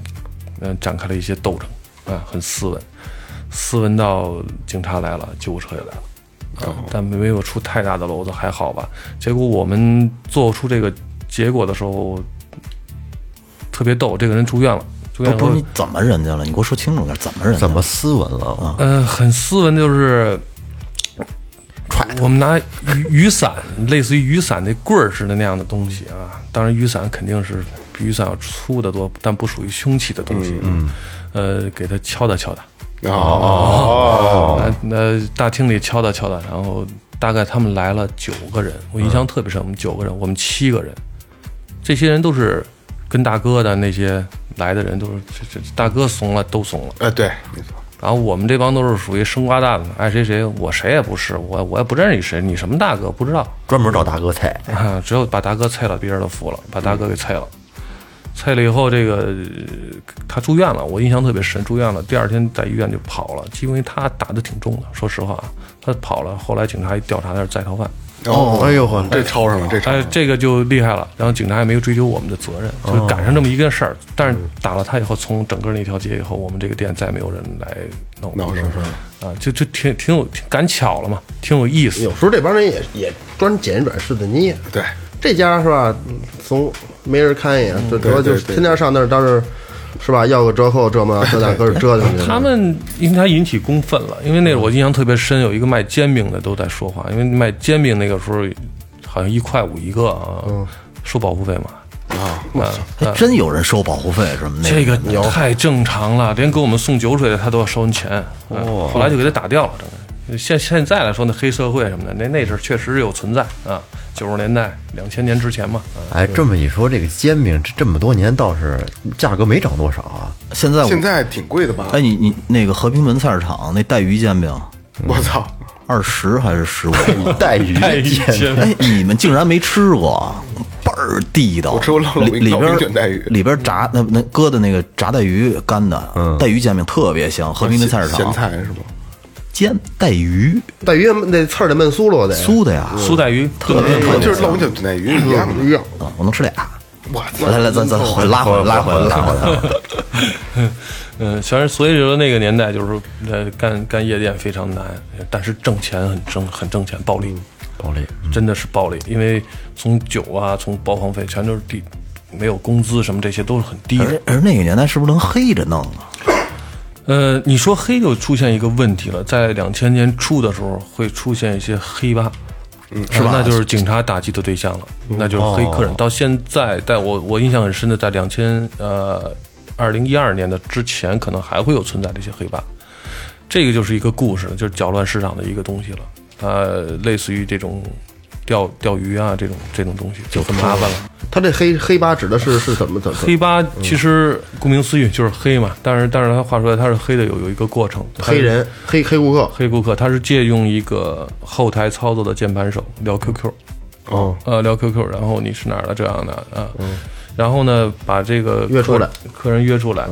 Speaker 3: 嗯展开了一些斗争啊，很斯文，斯文到警察来了，救护车也来了。啊，但没有出太大的篓子，还好吧。结果我们做出这个结果的时候，特别逗，这个人住院了，住
Speaker 4: 不
Speaker 3: 院
Speaker 4: 哦是不是
Speaker 3: 后
Speaker 4: 你怎么人家了？你给我说清楚点，怎么人家？
Speaker 2: 怎么斯文了啊？
Speaker 3: 呃，很斯文，就是我们拿雨雨伞，类似于雨伞那棍儿似的那样的东西啊。当然，雨伞肯定是比雨伞要粗得多，但不属于凶器的东西。嗯，呃，给他敲打敲打，
Speaker 6: 哦，
Speaker 3: 那那大厅里敲打敲打，然后大概他们来了九个人，我印象特别深。我们九个人，我们七个人，这些人都是跟大哥的那些来的人，都是这这大哥怂了都怂了。
Speaker 6: 哎，对，没错，
Speaker 3: 然后我们这帮都是属于生瓜蛋子，爱谁谁，我谁也不是，我我也不认识你谁，你什么大哥不知道，
Speaker 2: 专门找大哥菜，
Speaker 3: 啊， 只有把大哥菜了，别人都服了，把大哥给菜了。菜了以后，这个呃他住院了，我印象特别深。住院了，第二天在医院就跑了，因为他打的挺重的。说实话啊，他跑了。后来警察一调查，他是在逃犯。
Speaker 6: 哦，哎呦呵，这抄上了，这抄上
Speaker 3: 哎，
Speaker 6: 了，
Speaker 3: 这个就厉害了。然后警察也没有追究我们的责任，就是赶上这么一个事儿。但是打了他以后，从整个那条街以后，我们这个店再没有人来弄
Speaker 6: 闹事儿
Speaker 3: 啊，就就挺挺有挺赶巧了嘛，挺有意思
Speaker 5: 有。时候这帮人也也专捡软柿子捏。
Speaker 6: 对，
Speaker 5: 这家是吧？怂，没人看一眼，就主要就是
Speaker 6: 嗯对对
Speaker 5: 天天上那儿，当时是吧？要个折扣，这么这那搁这折腾去。
Speaker 3: 他们应该引起公愤了，因为那我印象特别深，有一个卖煎饼的都在说话，因为卖煎饼那个时候好像一块五一个啊，收保护费嘛。啊，
Speaker 4: 还哎真有人收保护费什么的。
Speaker 3: 这个太正常了，连给我们送酒水的他都要收你钱。哦，后来就给他打掉了。这个现现在来说，那黑社会什么的，那那是确实有存在啊。九十年代、两千年之前嘛，啊，
Speaker 2: 哎，这么一说，这个煎饼这这么多年倒是价格没涨多少啊。
Speaker 4: 现在我
Speaker 6: 现在挺贵的吧？
Speaker 4: 哎，你你那个和平门菜市场那带鱼煎饼，
Speaker 6: 我操，
Speaker 4: 二十还是十五？
Speaker 2: 带鱼煎饼
Speaker 3: 煎
Speaker 4: 哎，你们竟然没吃过，倍儿地道。
Speaker 6: 我吃过老老
Speaker 4: 里里
Speaker 6: 老
Speaker 4: 边
Speaker 6: 冰卷带鱼
Speaker 4: 里边炸那那搁的那个炸带鱼干的，带鱼煎饼特别香。和平门菜市
Speaker 6: 咸
Speaker 4: 场
Speaker 6: 菜是吗？
Speaker 4: 煎带鱼
Speaker 5: 带鱼那刺儿得焖酥了，我得
Speaker 4: 酥的呀，
Speaker 3: 苏带鱼炖
Speaker 4: 别
Speaker 3: 面，
Speaker 6: 就是老卷卷带鱼一样的。
Speaker 5: 一样。
Speaker 4: 啊我能吃俩。
Speaker 6: 我操！
Speaker 4: 来来，咱咱回拉回来拉回来拉回 来。
Speaker 3: 嗯，虽然所以说那个年代就是呃干干夜店非常难，但是挣钱很挣很挣钱， 暴利，
Speaker 2: 暴力，
Speaker 3: 真的是暴利，因为从酒啊，从包房费全都是低，没有工资什么这些都是很低的
Speaker 4: 而。而那个年代是不是能黑着弄啊？
Speaker 3: 呃，你说黑就出现一个问题了，在两千年初的时候会出现一些黑吧，嗯，是吧？那嗯哦就是警察打击的对象了，那就是黑客人。到现在，在我我印象很深的，在两千呃二零一二年的之前，可能还会有存在这些黑吧。这个就是一个故事，就是搅乱市场的一个东西了。呃，类似于这种钓钓鱼啊，这种这种东西就很麻烦了。
Speaker 5: 他这黑黑八指的是是怎么怎么？
Speaker 3: 黑嗯八其实顾名思义就是黑嘛，但是但是他话说来，他是黑的有有一个过程，它是
Speaker 5: 黑人黑黑顾客
Speaker 3: 黑顾客，他是借用一个后台操作的键盘手聊 QQ，
Speaker 5: 哦，
Speaker 3: 呃，聊 QQ，然后你是哪儿的这样的啊，然后呢，把这个
Speaker 5: 嗯约出
Speaker 3: 客
Speaker 5: 来嗯
Speaker 3: 客人约出来，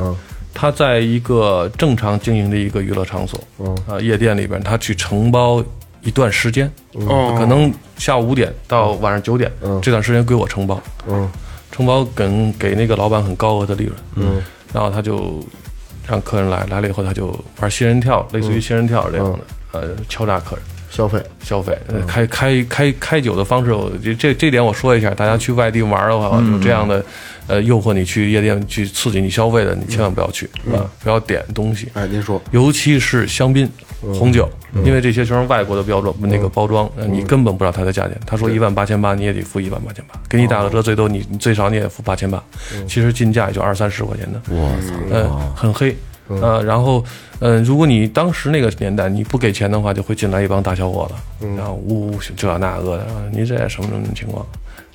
Speaker 3: 他在一个正常经营的一个娱乐场所，
Speaker 5: 嗯
Speaker 3: 啊，夜店里边，他去承包一段时间，
Speaker 5: 嗯
Speaker 6: 哦
Speaker 3: 可能下午五点到晚上九点，这段时间归我承包，
Speaker 5: 嗯
Speaker 3: 承包给给那个老板很高额的利润，
Speaker 5: 嗯，
Speaker 3: 然后他就让客人来，来了以后他就玩仙人跳，类似
Speaker 5: 嗯
Speaker 3: 于仙人跳这样的，呃，敲诈客人。
Speaker 5: 消费
Speaker 3: 消费，呃开开开开酒的方式，我这这这点我说一下，大家去外地玩的话，有这样的，呃，诱惑你去夜店去刺激你消费的，你千万不要去啊，不要点东西，
Speaker 6: 哎，您说
Speaker 3: 尤其是香槟、红酒，因为这些全是外国的标准那个包装，呃你根本不知道它的价钱。他说一万八千八，你也得付一万八千八，给你打个折，最多你你最少你也付八千八，其实进价也就二三十块钱的。
Speaker 2: 我操！
Speaker 3: 嗯，很黑。呃，然后，嗯，如果你当时那个年代你不给钱的话，就会进来一帮大小伙子，然后呜呜这那个的，啊，你这什么什么情况，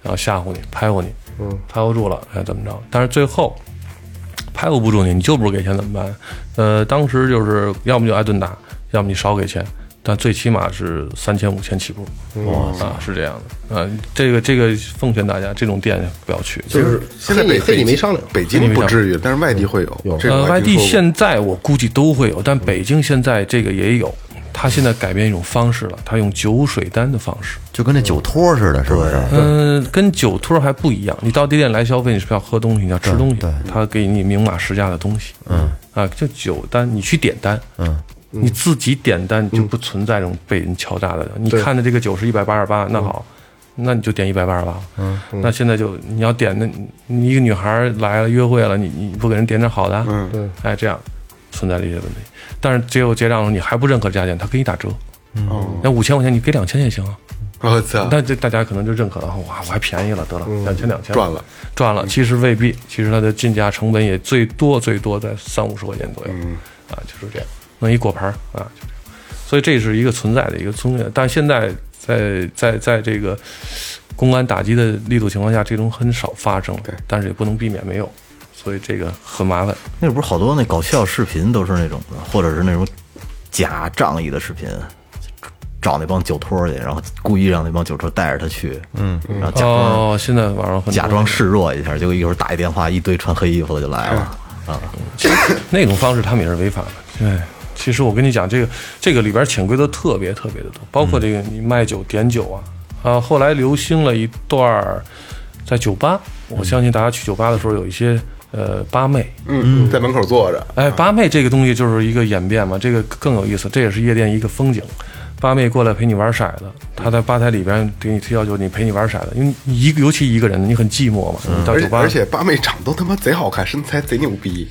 Speaker 3: 然后吓唬你，拍唬你，嗯，拍唬住了，哎，怎么着？但是最后拍唬不住你，你就不给钱怎么办？呃，当时就是要么就挨顿打，要么你少给钱，但最起码是三千五千起步，哇、啊，是这样的，啊，这个这个奉劝大家，这种店不要去，
Speaker 5: 就是
Speaker 6: 现在
Speaker 5: 黑
Speaker 6: 北
Speaker 5: 你黑你没商量，
Speaker 6: 北京不至于，但是外地会有。这个
Speaker 3: 呃，
Speaker 6: 我
Speaker 3: 外
Speaker 6: 还
Speaker 3: 地
Speaker 6: 听说过
Speaker 3: 现在我估计都会有，但北京现在这个也有。他现在改变一种方式了，他用酒水单的方式。
Speaker 2: 就跟那酒托似的，是不是？
Speaker 3: 嗯、跟酒托还不一样。你到地店来消费，你是不是要喝东西，你要吃东西
Speaker 2: 对，
Speaker 3: 他给你明码实价的东西。嗯啊，就酒单，你去点单。嗯。你自己点单就不存在这种被人敲诈的。你看的这个酒是一百八十八，那好，那你就点一百八十八。嗯，那现在就你要点那，你一个女孩来了约会了，你你不给人点点好的，嗯，对，哎，这样存在这些问题。但是只有结账的时候你还不认可价钱，他给你打折。嗯，那五千块钱你给两千也行啊。
Speaker 6: 我操，
Speaker 3: 但这大家可能就认可了，哇，我还便宜了，得了，
Speaker 4: 嗯
Speaker 3: 两千两千
Speaker 6: 赚了，
Speaker 3: 赚了。其实未必，其实它的进价成本也最多最多在三五十块钱左右，
Speaker 4: 嗯
Speaker 3: 啊，就是这样，弄一果盘儿啊，就这样。所以这是一个存在的一个综艺，但现在在在在这个公安打击的力度情况下，这种很少发生了，但是也不能避免没有，所以这个很麻烦。
Speaker 4: 那不是好多那搞笑视频都是那种的，或者是那种假仗义的视频，找那帮酒托去，然后故意让那帮酒托带着他去，嗯，然后假装、
Speaker 3: 哦，现在网上很多
Speaker 4: 假装示弱一下，结果一会儿打一电话，一堆穿黑衣服的就来了。啊，
Speaker 3: 那种方式他们也是违法的。对，其实我跟你讲，这个这个里边潜规则特别特别的多，包括这
Speaker 6: 嗯
Speaker 3: 个你卖酒点酒啊，啊，后来流行了一段儿在酒吧，我相信大家去酒吧的时候有一些呃八妹，
Speaker 6: 嗯，在门口坐着，
Speaker 3: 哎，八妹这个东西就是一个演变嘛，这个更有意思，这也是夜店一个风景。八妹过来陪你玩骰子，她在吧台里边给你提要求，你陪你玩骰子，因为你一个尤其一个人，你很寂寞嘛。你
Speaker 6: 嗯
Speaker 3: 到
Speaker 6: 而
Speaker 3: 酒
Speaker 6: 且
Speaker 3: 吧，
Speaker 6: 而且八妹长得都他妈贼好看，身材贼牛逼，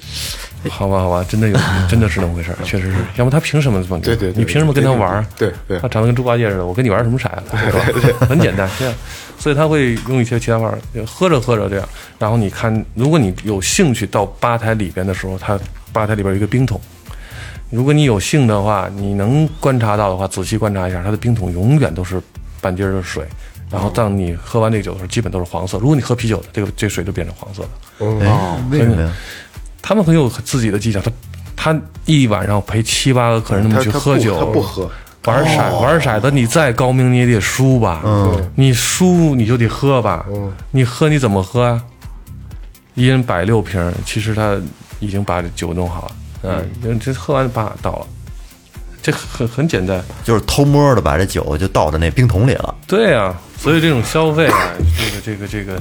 Speaker 3: 好吧，好吧，真的有，真的是那么 回事儿，确实是。要不他凭什么这么干？
Speaker 6: 对对对
Speaker 3: 你凭什么跟他玩儿？
Speaker 6: 对对对
Speaker 3: 他长得跟猪八戒似的，我跟你玩儿什么色 子？是吧很简单，这样。所以他会用一些其他玩儿，就喝着喝着这样。然后你看，如果你有兴趣到吧台里边的时候，他吧台里边有一个冰桶。如果你有幸的话，你能观察到的话，仔细观察一下，它的冰桶永远都是半截儿的水。然后当你喝完这个酒的时候，基本都是黄色。如果你喝啤酒的，这个这水就变成黄色了。
Speaker 2: 哎，为什么呀？
Speaker 3: 他们很有自己的技巧，他他一晚上陪七八个客人那
Speaker 6: 他
Speaker 3: 么去
Speaker 6: 他
Speaker 3: 喝
Speaker 6: 不
Speaker 3: 酒，
Speaker 6: 他不喝，哦
Speaker 3: 玩骰、玩骰子，你再高明你也得输吧，嗯，你输你就得喝吧，
Speaker 6: 嗯
Speaker 3: 你喝你怎么喝啊？一人摆六瓶儿，其实他已经把酒弄好了，嗯，你这喝完把倒了，这很很简单，
Speaker 2: 就是偷摸的把这酒就倒到那冰桶里了。
Speaker 3: 对啊，所以这种消费啊，这个这个这个，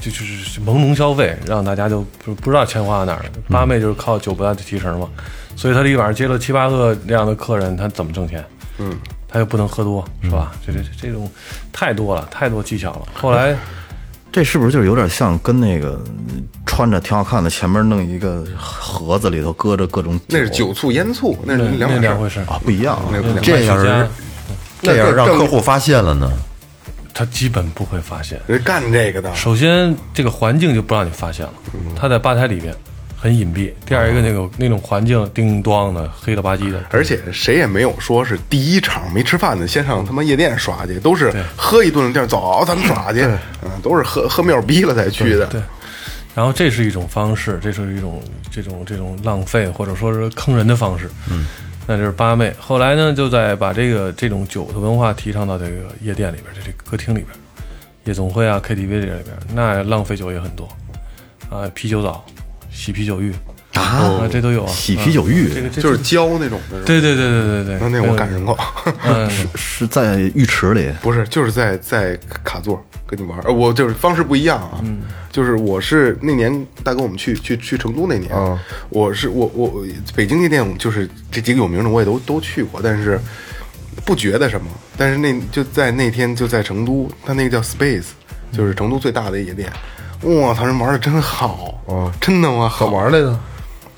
Speaker 3: 就就是朦胧消费，让大家就不不知道钱花到哪儿了。八妹就是靠酒吧的提成嘛，所以他这一晚上接了七八个这样的客人，他怎么挣钱？嗯，他又不能喝多，是吧？这这这种太多了，太多技巧了。后来
Speaker 4: 这是不是就是有点像跟那个嗯穿着挺好看的，前面弄一个盒子，里头搁着各种
Speaker 6: 那是酒醋烟醋，那是
Speaker 3: 那
Speaker 6: 两
Speaker 3: 那
Speaker 6: 码事
Speaker 3: 两回
Speaker 6: 儿。
Speaker 3: 事儿，嗯
Speaker 4: 啊，不一样啊。
Speaker 6: 那那
Speaker 2: 这要
Speaker 3: 卖
Speaker 2: 是
Speaker 3: 酒
Speaker 2: 这要是让客户发现了呢？
Speaker 3: 他基本不会发现。
Speaker 6: 人干这个的，
Speaker 3: 首先，这个环境就不让你发现了，他在吧台里边很隐蔽。第二一个，那个那种环境叮咣的黑了吧唧的，
Speaker 6: 而且谁也没有说是第一场没吃饭的先上他妈夜店耍去，都是喝一顿的地儿走，咱们耍去，嗯，都是喝喝妙逼了才去的。
Speaker 3: 对，然后这是一种方式，这是一种这种这种浪费或者说是坑人的方式。嗯，那就是八妹。后来呢，就在把这个这种酒的文化提倡到这个夜店里边，这这歌厅里边，夜总会啊、KTV 这里边，那浪费酒也很多啊，啤酒澡、洗啤酒浴啊，这都有啊，
Speaker 4: 洗啤酒
Speaker 3: 啊这
Speaker 4: 浴
Speaker 3: 个这
Speaker 6: 就是教那种的。
Speaker 3: 对对对对对
Speaker 6: 那
Speaker 3: 对，
Speaker 6: 那我赶上过，
Speaker 3: 嗯，
Speaker 4: 是在浴池里，
Speaker 6: 不是，就是在在卡座跟你玩儿，呃我就是方式不一样啊。
Speaker 5: 嗯
Speaker 6: 就是我是那年大哥我们去去去成都那年，
Speaker 5: 嗯
Speaker 6: 我是我我我北京夜店就是这几个有名的我也都都去过，但是不觉得什么。但是那就在那天就在成都，他那个叫 Space，就是成都最大的夜店。我操，人玩的真好，真他妈好
Speaker 5: 哦怎么玩来的？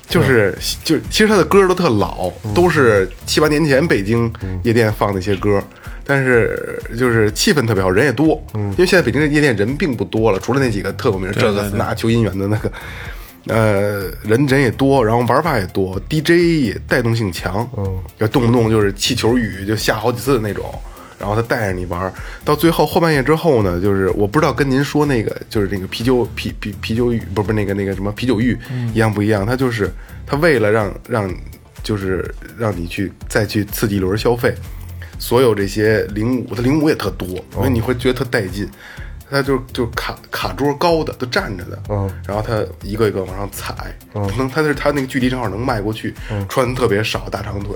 Speaker 6: 就是就其实他的歌都特老，都是七八年前北京夜店放那些歌，但是就是气氛特别好，人也多。因为现在北京的夜店人并不多了，除了那几个特有名，这个那求姻缘的那个，呃，人人也多，然后玩法也多，DJ 也带动性强，就动不动就是气球雨就下好几次的那种。然后他带着你玩儿，到最后后半夜之后呢，就是我不知道跟您说那个，就是那个啤酒啤啤啤酒浴，不是不是那个那个什么啤酒浴、一样不一样？他就是他为了让让就是让你去再去刺激一轮消费，所有这些零五，它零五也特多，
Speaker 5: 哦
Speaker 6: 所以你会觉得特带劲。他就就卡卡桌高的都站着的，
Speaker 5: 哦
Speaker 6: 然后他一个一个往上踩，能他是他那个距离正好能迈过去，
Speaker 5: 哦
Speaker 6: 穿的特别少，大长腿，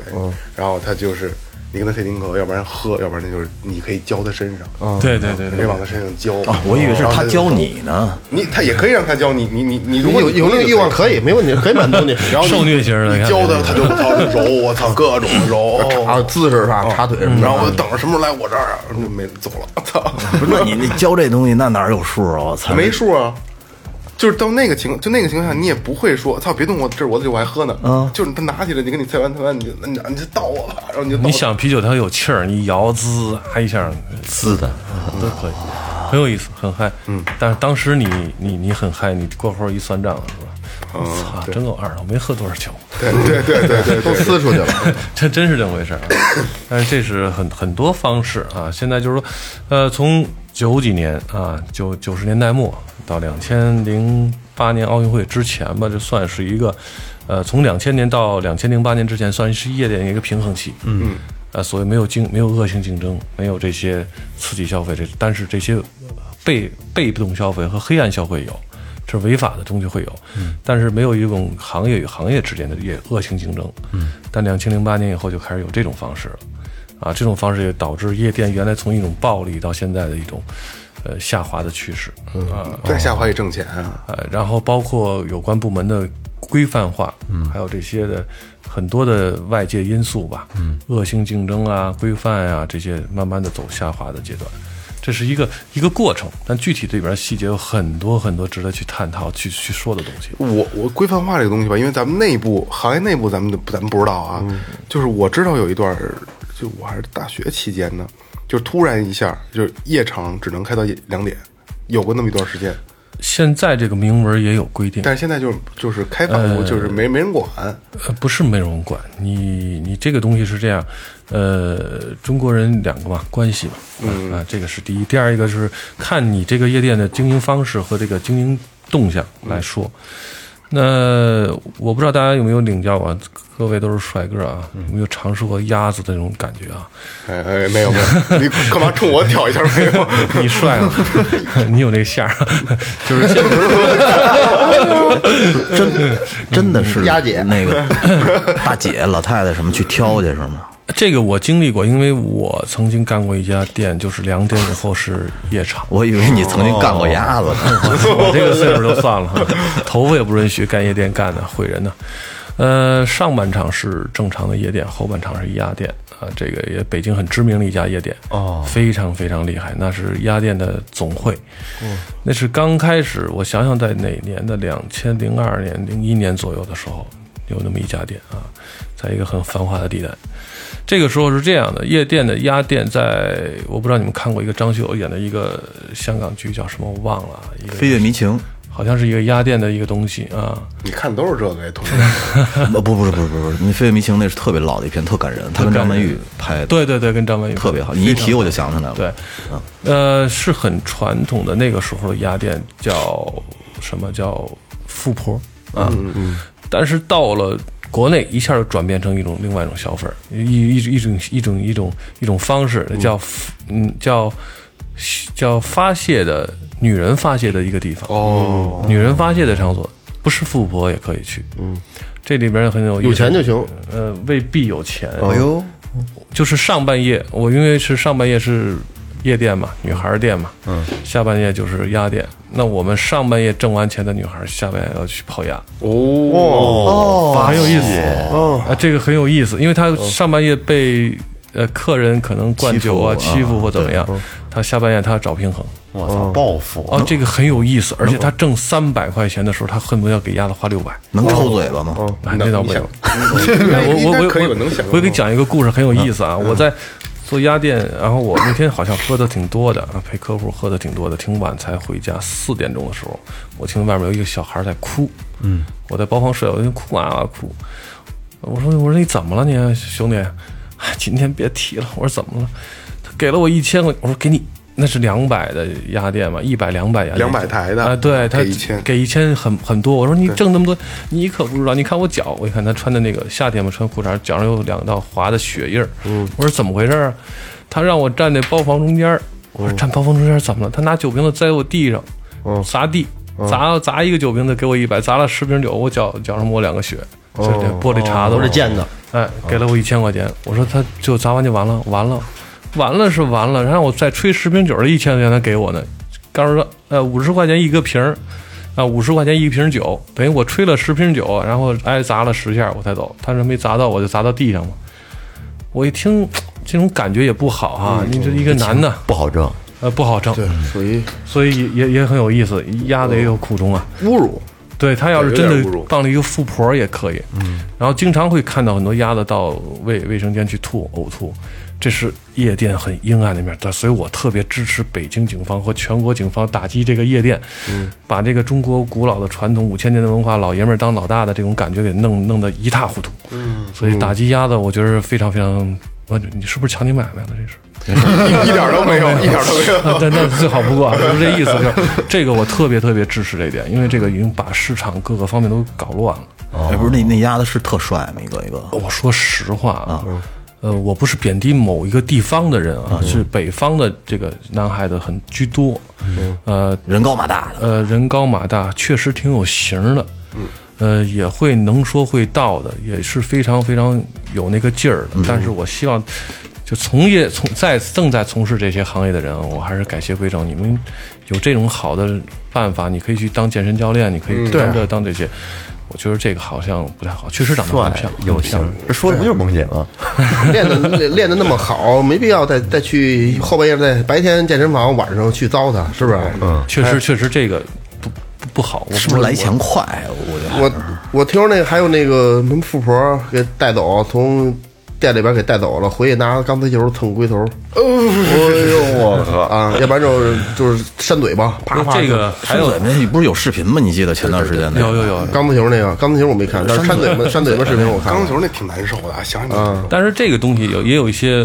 Speaker 6: 然后他就是你跟他配丁克，要不然喝，要不然那就是你可以浇他身上，
Speaker 5: 哦
Speaker 3: 对对对
Speaker 6: 你可以
Speaker 3: 对，
Speaker 6: 往他身上浇。
Speaker 4: 啊，我以为是
Speaker 6: 然后
Speaker 4: 他
Speaker 6: 就
Speaker 4: 教你呢。
Speaker 6: 你，他也可以让他浇你，你你你如
Speaker 5: 有
Speaker 6: 果
Speaker 5: 有有那个欲望可以，没问题，可以满足 你。
Speaker 6: 然后你
Speaker 3: 受虐型的
Speaker 6: 你
Speaker 3: 看
Speaker 6: 教他他就我操揉，我操各种揉，
Speaker 5: 啊，姿势是
Speaker 6: 哦
Speaker 5: 吧？插腿什么的。
Speaker 6: 然后我等着什么时候来我这儿啊，就没走了，我操。
Speaker 4: 不是那你那教这东西，那哪有数啊？我操，
Speaker 6: 没数啊。就是到那个情，就那个情况下，你也不会说“操，别动我，这是我的酒，我还喝呢。”
Speaker 5: 啊
Speaker 6: 嗯，就是他拿起来，你跟你菜完菜完，你就你你就倒我吧，然后你就倒
Speaker 3: 你想啤酒它有气儿，你摇滋啊一下，
Speaker 2: 滋的，
Speaker 3: 都可以，很有意思，很嗨。嗯，但是当时你你你很嗨，你过后一算账是吧？我操，真够二的，我没喝多少酒，
Speaker 6: 对对对对对，
Speaker 5: 都撕出去了，
Speaker 3: 这 真是这么回事儿啊。但是这是很很多方式啊。现在就是说，呃，从九几年啊，九九十年代末到两千零八年奥运会之前吧，这算是一个，呃，从两千年到两千零八年之前，算是夜店一个平衡期。嗯。呃，所谓没有竞，没有恶性竞争，没有这些刺激消费，这但是这些被被动消费和黑暗消费有，这是违法的，终究会有。但是没有一种行业与行业之间的也恶性竞争。嗯，但两千零八年以后就开始有这种方式了，啊，这种方式也导致夜店原来从一种暴利到现在的一种呃下滑的趋势。
Speaker 6: 再下滑也挣钱啊，
Speaker 3: 呃，然后包括有关部门的规范化，嗯，还有这些的很多的外界因素吧，嗯，恶性竞争啊、规范啊这些，慢慢的走下滑的阶段，这是一个一个过程，但具体这里边细节有很多很多值得去探讨、去去说的东西。
Speaker 6: 我我规范化这个东西吧，因为咱们内部行业内部咱们就咱们不知道啊，
Speaker 5: 嗯
Speaker 6: 就是我知道有一段儿，就我还是大学期间呢，就突然一下就是夜场只能开到一两点，有过那么一段时间，
Speaker 3: 现在这个明文也有规定，
Speaker 6: 但是现在就是就是开放，就是没没人管，
Speaker 3: 呃，不是没人管你，你这个东西是这样，呃，中国人两个嘛，关系嘛，嗯啊，这个是第一，第二一个就是看你这个夜店的经营方式和这个经营动向来说。那我不知道大家有没有领教啊，各位都是帅哥啊，有没有尝试过鸭子的那种感觉啊？
Speaker 6: 哎哎没有没 有，你干嘛冲我挑一下没有？
Speaker 3: 你帅了，你有那个馅儿，啊 就是这
Speaker 4: 真真的是
Speaker 5: 丫姐
Speaker 4: 那个大姐、老太太什么去挑去是吗？
Speaker 3: 这个我经历过，因为我曾经干过一家店，就是两点以后是夜场。
Speaker 4: 我以为你曾经干过鸭子呢。
Speaker 3: 我这个岁数就算了， 头发也不允许干夜店干的，毁人呢。呃，上半场是正常的夜店，后半场是鸭店啊，这个也北京很知名的一家夜店哦，非常非常厉害，那是鸭店的总会。嗯，那是刚开始，我想想在哪年的两千零二年、零一年左右的时候，有那么一家店啊，在一个很繁华的地带。这个时候是这样的，夜店的鸭店在，我不知道你们看过一个张学友演的一个香港剧叫什么，我忘了，一个
Speaker 4: 飞跃迷 情，
Speaker 3: 好像是一个鸭店的一个东西啊。
Speaker 6: 你看都是这个，同志。
Speaker 4: 不呃不不是不是不是，你飞跃迷情那是特别老的一片，特感人，他跟张曼玉拍的，，
Speaker 3: 对对对，跟张曼玉
Speaker 4: 特别好。你一提我就想起来了。
Speaker 3: 对，呃，是很传统的那个时候的鸭店叫什么叫富婆啊，但是到了。国内一下就转变成一种另外一种消费儿，一一一种一种一种一种方式，叫嗯叫叫发泄的女人发泄的一个地方哦，女人发泄的场所，不是富婆也可以去，嗯，这里边很有有
Speaker 5: 有钱就行。
Speaker 3: 呃，未必有钱，
Speaker 4: 哦
Speaker 2: 哎呦，
Speaker 3: 就是上半夜，我因为是上半夜是夜店嘛，女孩儿店嘛，嗯，下半夜就是鸭店。那我们上半夜挣完钱的女孩儿，下半夜要去泡鸭，
Speaker 2: 哦，
Speaker 3: 很有意思哦啊，这个很有意思，因为她上半夜被呃客人可能灌酒啊、
Speaker 4: 嗯欺负啊
Speaker 3: 欺负或怎么样，她下半夜她要找平衡。
Speaker 2: 我操，报复
Speaker 3: 哦，这个很有意思，而且她挣三百块钱的时候，她恨不得要给鸭子花六百。
Speaker 4: 能抽哦嘴巴
Speaker 2: 哦
Speaker 4: 吗？
Speaker 3: 啊，那倒没有。
Speaker 6: 我
Speaker 3: 我我我
Speaker 6: 可以，我能想象。嗯
Speaker 3: 我给你讲一个故事，很有意思啊！我在做鸭店，然后我那天好像喝的挺多的啊，陪客户喝的挺多的，挺晚才回家。四点钟的时候，我听外面有一个小孩在哭，嗯，我在包房睡，我就哭啊啊哭。我说我说你怎么了你啊兄弟？哎，今天别提了。我说怎么了？他给了我一千块，我说给你。那是两百的鸭店嘛，一百两百鸭店，
Speaker 6: 200台的
Speaker 3: 啊，对他
Speaker 6: 给1000
Speaker 3: 给一千很很多。我说你挣那么多，你可不知道。你看我脚，我一看他穿的那个夏天嘛，穿裤衩，脚上有两道划的血印儿。嗯，我说怎么回事儿啊？他让我站那包房中间儿，我说站包房中间儿怎么了？他拿酒瓶子栽我地上，砸地，砸砸一个酒瓶子给我一百，砸了十瓶酒，我脚脚上抹两个血，就是这玻璃碴子，
Speaker 5: 都是贱的，
Speaker 3: 哎，给了我一千块钱。我说他就砸完就完了，完了，完了是完了。然后我再吹十瓶酒的一千块钱他给我呢，告诉说呃五十块钱一个瓶儿，啊五十块钱一瓶酒，等于我吹了十瓶酒，然后挨砸了十下我才走。他说没砸到我就砸到地上嘛。我一听这种感觉也不好哈、你这一个男的，
Speaker 2: 不好挣，
Speaker 3: 呃不好挣，
Speaker 5: 属于
Speaker 3: 所以也也也很有意思，压的也有苦衷啊。
Speaker 6: 侮 辱，
Speaker 3: 对他要是
Speaker 6: 对
Speaker 3: 真
Speaker 6: 有点
Speaker 3: 的
Speaker 6: 侮辱
Speaker 3: 当了一个富婆儿也可以，嗯，然后经常会看到很多鸭子到卫卫生间去吐呕吐，这是夜店很阴暗的一面，但所以我特别支持北京警方和全国警方打击这个夜店，嗯，把这个中国古老的传统五千年的文化，老爷们儿当老大的这种感觉给弄弄得一塌糊涂，嗯，所以打击鸭子，我觉得非常非常，我你是不是强奸买卖了？这 是。
Speaker 6: 一点都没有，一点都没有。
Speaker 3: 啊，对，那最好不过，就是这意思。就是这个，我特别特别支持这一点，因为这个已经把市场各个方面都搞乱了。
Speaker 4: 哎，不是那那鸭子是特帅吗？一个一个，
Speaker 3: 我说实话啊，呃，我不是贬低某一个地方的人
Speaker 2: 嗯
Speaker 3: 啊，是北方的这个男孩子很居多，
Speaker 2: 嗯
Speaker 3: 呃
Speaker 4: 人高马大的，
Speaker 3: 呃，人高马大，确实挺有型儿的，
Speaker 2: 嗯
Speaker 3: 呃，也会能说会道的，也是非常非常有那个劲儿
Speaker 2: 嗯
Speaker 3: 的。但是我希望。就从业从在正在从事这些行业的人啊，我还是改邪归正。你
Speaker 2: 嗯
Speaker 3: 们有这种好的办法，你可以去当健身教练，你可以当这当这些，我觉得这个好像不太好，确实长得很
Speaker 2: 帅
Speaker 3: 像，
Speaker 2: 有
Speaker 3: 很像
Speaker 2: 型，这说的不就是萌姐吗？
Speaker 5: 练的 练练的那么好，没必要再再去后半夜在白天健身房，晚上去糟蹋，是不是？嗯，
Speaker 3: 确实确实这个不不不好，我
Speaker 4: 是不是来钱快？我觉得
Speaker 5: 我我听说那个还有那个什么富婆给带走，从店里边给带走了，回去拿钢丝球蹭龟头。哎呦我靠啊！要不然就是就是扇嘴巴，啪啪。
Speaker 3: 这个还有
Speaker 4: 孙子你不是有视频吗？你记得前段时间那个
Speaker 3: 有有有，
Speaker 5: 钢丝球那个钢丝球我没看，但是扇嘴巴扇嘴巴视频我 看
Speaker 6: 钢
Speaker 5: 了。
Speaker 6: 球那挺难受的，啊想想
Speaker 3: 但是这个东西有也有一些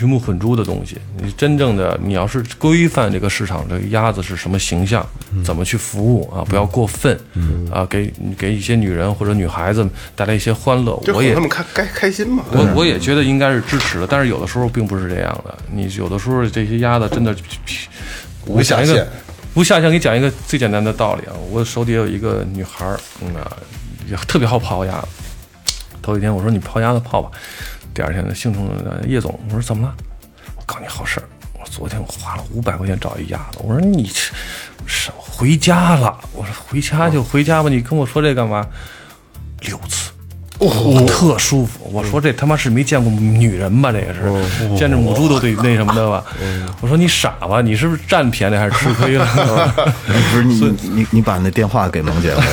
Speaker 3: 鱼目混珠的东西。你真正的你要是规范这个市场，这个鸭子是什么形象，
Speaker 4: 嗯
Speaker 3: 怎么去服务啊？不要过分，啊，给给一些女人或者女孩子带来一些欢乐。
Speaker 6: 就
Speaker 3: 我
Speaker 6: 哄
Speaker 3: 也
Speaker 6: 他们开开开心嘛。
Speaker 3: 我我也觉得应该是支持的，但是有的时候并不是这样的。你有的时候这些鸭子真的，我
Speaker 6: 下
Speaker 3: 讲一个
Speaker 6: 限
Speaker 3: 无下限，给你讲一个最简单的道理啊。我手底下有一个女孩儿，嗯啊，也特别好泡鸭。头一天我说你泡鸭子泡吧，第二天兴冲冲的叶总，我说怎么了？我告诉你好事儿，我昨天我花了五百块钱找一鸭子，我说你这是回家了，我说回家就回家吧，你跟我说这干嘛？六次。我特舒服。我说这他妈是没见过女人吧？这也
Speaker 6: 嗯
Speaker 3: 是见着母猪都得那什么的吧？我说你傻吧？你是不是占便宜还是吃亏了？
Speaker 6: 嗯
Speaker 4: 不是你你你你把那电话给萌姐了，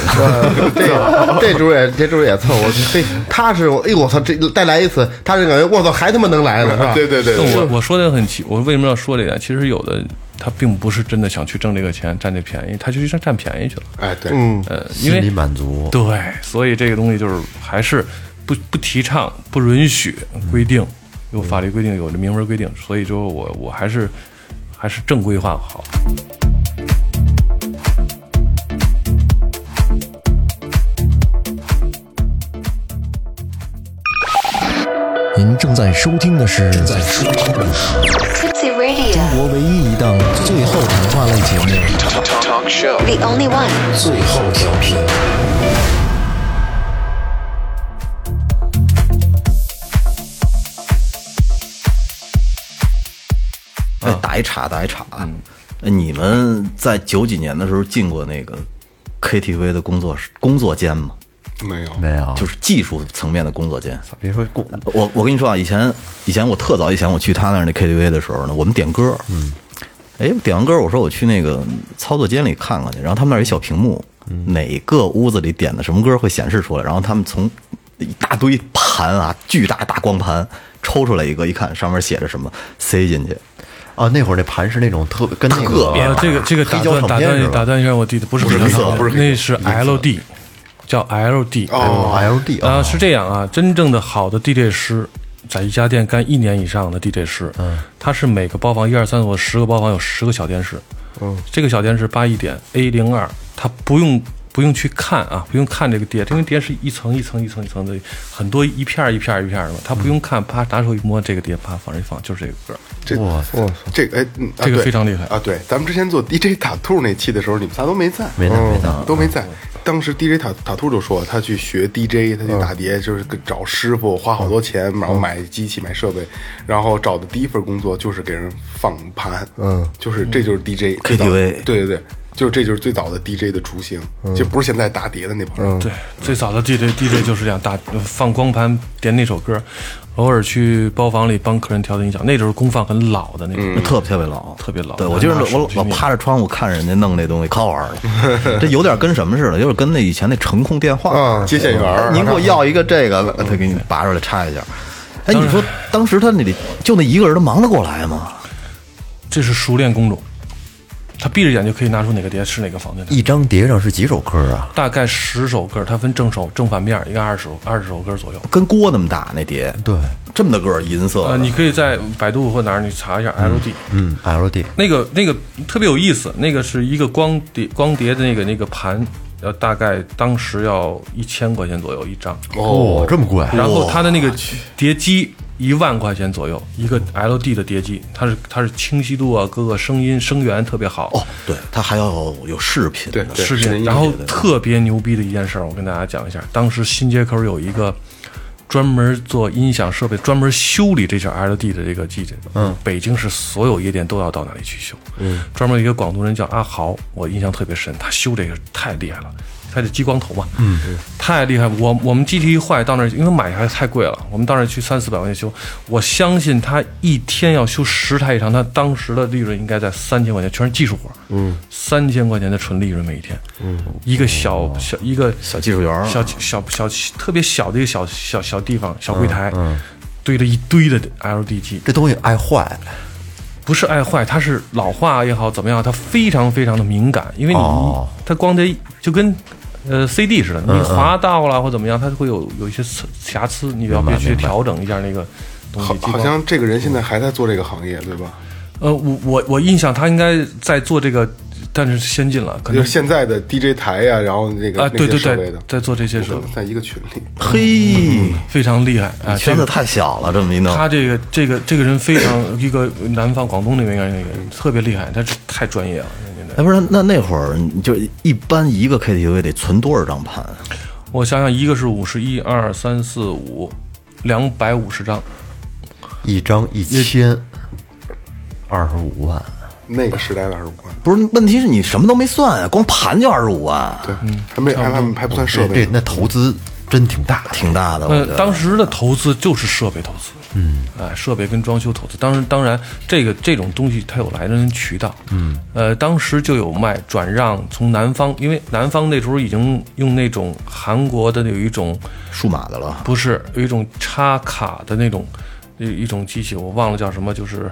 Speaker 5: 这个这主也这主也凑，我这他是我哎呦我操，这再来一次，他是感觉我操还他妈能来了是吧？
Speaker 6: 对对对，
Speaker 3: 那 我我说的很奇，我为什么要说这点？其实有的他并不是真的想去挣这个钱，占这便宜，他就去占便宜去了。
Speaker 6: 哎对，
Speaker 3: 呃，因
Speaker 2: 心
Speaker 3: 为
Speaker 2: 理满足，
Speaker 3: 对，所以这个东西就是还是不不提倡、不允许规
Speaker 6: 嗯
Speaker 3: 定，有法律规定，有这明文规定，所以说我我还是还是正规化好。
Speaker 8: 您正在收听的是正在收听的是
Speaker 9: Tipsy Radio,
Speaker 8: 我唯一一档最后谈话类节目
Speaker 9: the only one.
Speaker 8: 《最后调频》。
Speaker 4: 哎，打一岔，打一岔啊！
Speaker 2: 嗯
Speaker 4: 哎你们在九几年的时候进过那个 KTV 的工作室、工作间吗？
Speaker 6: 没有
Speaker 2: 没有，
Speaker 4: 就是技术层面的工作间。
Speaker 2: 啊别说过，
Speaker 4: 我我跟你说啊，以前以前我特早以前我去他那儿那 KTV 的时候呢，我们点歌，嗯，哎，点完歌我说我去那个操作间里看看去，然后他们那儿有一小屏幕，
Speaker 2: 嗯
Speaker 4: 哪个屋子里点的什么歌会显示出来，然后他们从一大堆盘啊，巨大大光盘抽出来一个，一看上面写着什么，塞进去，
Speaker 2: 啊，那会儿那盘是那种特跟那
Speaker 4: 特
Speaker 2: 个
Speaker 4: 别
Speaker 3: 呃，这个这个
Speaker 2: 黑
Speaker 3: 打
Speaker 2: 胶
Speaker 3: 断
Speaker 2: 唱
Speaker 3: 打
Speaker 2: 片是
Speaker 3: 断
Speaker 2: 吧
Speaker 3: 打断一下，我弟弟不是
Speaker 4: 不是
Speaker 3: 黑胶
Speaker 4: 黑色
Speaker 3: 唱片
Speaker 4: 不是
Speaker 3: 那是 LD，叫 LD
Speaker 2: 哦 LD
Speaker 3: 啊，
Speaker 2: 啊，
Speaker 3: 是这样啊，真正的好的 DJ 师。在一家店干一年以上的 DJ 师，嗯，他是每个包房一二三，我十个包房有十个小电视，嗯，这个小电视八一点 A 零二，他不用不用去看啊，不用看这个碟，因为碟是一层一层一层一层的，很多一片儿一片儿一片儿的嘛，他不用看，啪拿手一摸这个碟，啪往上一放，就是这个歌，
Speaker 6: 这
Speaker 2: 哇塞
Speaker 6: 这个哎，嗯啊
Speaker 3: 这个
Speaker 6: 对
Speaker 3: 非常厉害
Speaker 6: 啊！对，咱们之前做 DJ 塔兔那期的时候，你们仨都没在，
Speaker 2: 没在没在
Speaker 6: 嗯都没在。当时 DJ 塔塔兔就说他去学 DJ，他去
Speaker 3: 嗯
Speaker 6: 打碟，就是找师傅花好多钱，然后买机器、买设备，然后找的第一份工作就是给人放盘，嗯，就是这就是 DJ
Speaker 4: KTV
Speaker 6: 最
Speaker 2: 嗯
Speaker 6: 早对对对，就是这就是最早的 DJ 的雏形，
Speaker 3: 嗯
Speaker 6: 就不是现在打碟的那帮
Speaker 4: 嗯
Speaker 6: 人。
Speaker 3: 对，最早的 DJ DJ 就是这样，打放光盘点那首歌，偶尔去包房里帮客人调的音响，那时候功放很老的那种。
Speaker 4: 特别特别老，
Speaker 3: 特别老
Speaker 4: 嗯对我就是
Speaker 3: 拿手
Speaker 4: 我
Speaker 3: 去
Speaker 4: 老
Speaker 3: 捏
Speaker 4: 趴着窗户看人家弄那东西，可好玩了。这有点跟什么似的，有点跟那以前那程控电话
Speaker 5: 啊
Speaker 6: 接线员儿
Speaker 4: 您给我要一个这个，他给你拔出来插一下。哎，你说当时他那里就那一个人，他忙得过来吗？
Speaker 3: 这是熟练工种，他闭着眼就可以拿出哪个碟是哪个房间的。
Speaker 2: 一张碟上是几首歌啊？
Speaker 3: 大概十首歌，它分正手、正反面，应该二十首、二十首歌左右。
Speaker 4: 跟锅那么大那碟，
Speaker 2: 对，
Speaker 4: 这么大个儿银色的，
Speaker 3: 呃，你可以在百度或哪儿你查一下 LD，、
Speaker 2: 嗯，LD
Speaker 3: 那个那个特别有意思，那个是一个光碟光碟的那个那个盘，要大概当时要一千块钱左右一张。
Speaker 2: 哦，这么贵，
Speaker 3: 然后它的那个碟机一万块钱左右，一个 LD 的碟机，它是它是清晰度啊，各个声音声源特别好。
Speaker 4: 哦，对，他还要有有饰品的，
Speaker 6: 对
Speaker 3: 是这样，然后特别牛逼的一件事儿，我跟大家讲一下。当时新街口有一个专门做音响设备、专门修理这些 LD 的这个记者，嗯，北京市所有夜店都要到那里去修，嗯，专门有一个广东人叫阿豪，我印象特别深，他修这个太厉害了，它得激光头嘛，嗯，太厉害。我我们 GT 坏到那儿，因为买还太贵了，我们到那儿去三四百块钱修，我相信他一天要修十台以上，他当时的利润应该在三千块钱，全是技术活，嗯，三千块钱的纯利润每一天，嗯，一个小小一个
Speaker 4: 小技术员儿啊
Speaker 3: 小小小特别小的一个小小小地方小柜台，
Speaker 4: 嗯
Speaker 3: 堆了一堆的 LDG，
Speaker 2: 这东西爱坏，
Speaker 3: 不是爱坏，它是老化也好怎么样，它非常非常的敏感，因为你、
Speaker 2: 哦
Speaker 3: 它光这就跟呃 CD
Speaker 6: 嗯
Speaker 3: 似的，你滑到了或怎么样，它会有有一些瑕疵，你要必须调整一下那个东西
Speaker 6: 好，。
Speaker 3: 激
Speaker 6: 好
Speaker 3: 光
Speaker 6: 像这个人现在还在做这个行业，对吧？
Speaker 3: 呃，我我我印象他应该在做这个，但是先进了，可
Speaker 6: 就
Speaker 3: 能
Speaker 6: 是现在的 DJ 台呀、然后那个、
Speaker 3: 啊，
Speaker 6: 那
Speaker 3: 对
Speaker 6: 些
Speaker 3: 对
Speaker 6: 设备的
Speaker 3: 对，，在做这些事
Speaker 6: 我，们在一个群里，
Speaker 4: 嘿，
Speaker 3: 非常厉害啊！这
Speaker 4: 圈
Speaker 3: 个
Speaker 4: 子太小了，这么一弄，
Speaker 3: 他这个这个这个人非常一个南方广东那边那个人特别厉害，他是太专业了。那那那
Speaker 4: 哎，不是那那会儿你就一般一个 KTV 得存多少张盘啊？
Speaker 3: 我想想，一个是五十一、二三四五，两百五十张，
Speaker 2: 一张一千，二十五万，
Speaker 6: 那个时代的二十五万，
Speaker 4: 不是，问题是你什么都没算啊，光盘就二十五万，
Speaker 6: 对，还没 FM 还不算设
Speaker 2: 这这
Speaker 6: 备呢，
Speaker 2: 那投资真挺大的。
Speaker 4: 挺大的。我
Speaker 3: 呃
Speaker 4: 觉，得
Speaker 3: 当时的投资就是设备投资，嗯，哎，设备跟装修投资，当然，当然，这个这种东西它有来源渠道，嗯，呃，当时就有卖转让，从南方，因为南方那时候已经用那种韩国的有一种，
Speaker 4: 数码的了，
Speaker 3: 不是有一种插卡的那种。一一种机器，我忘了叫什么，就是，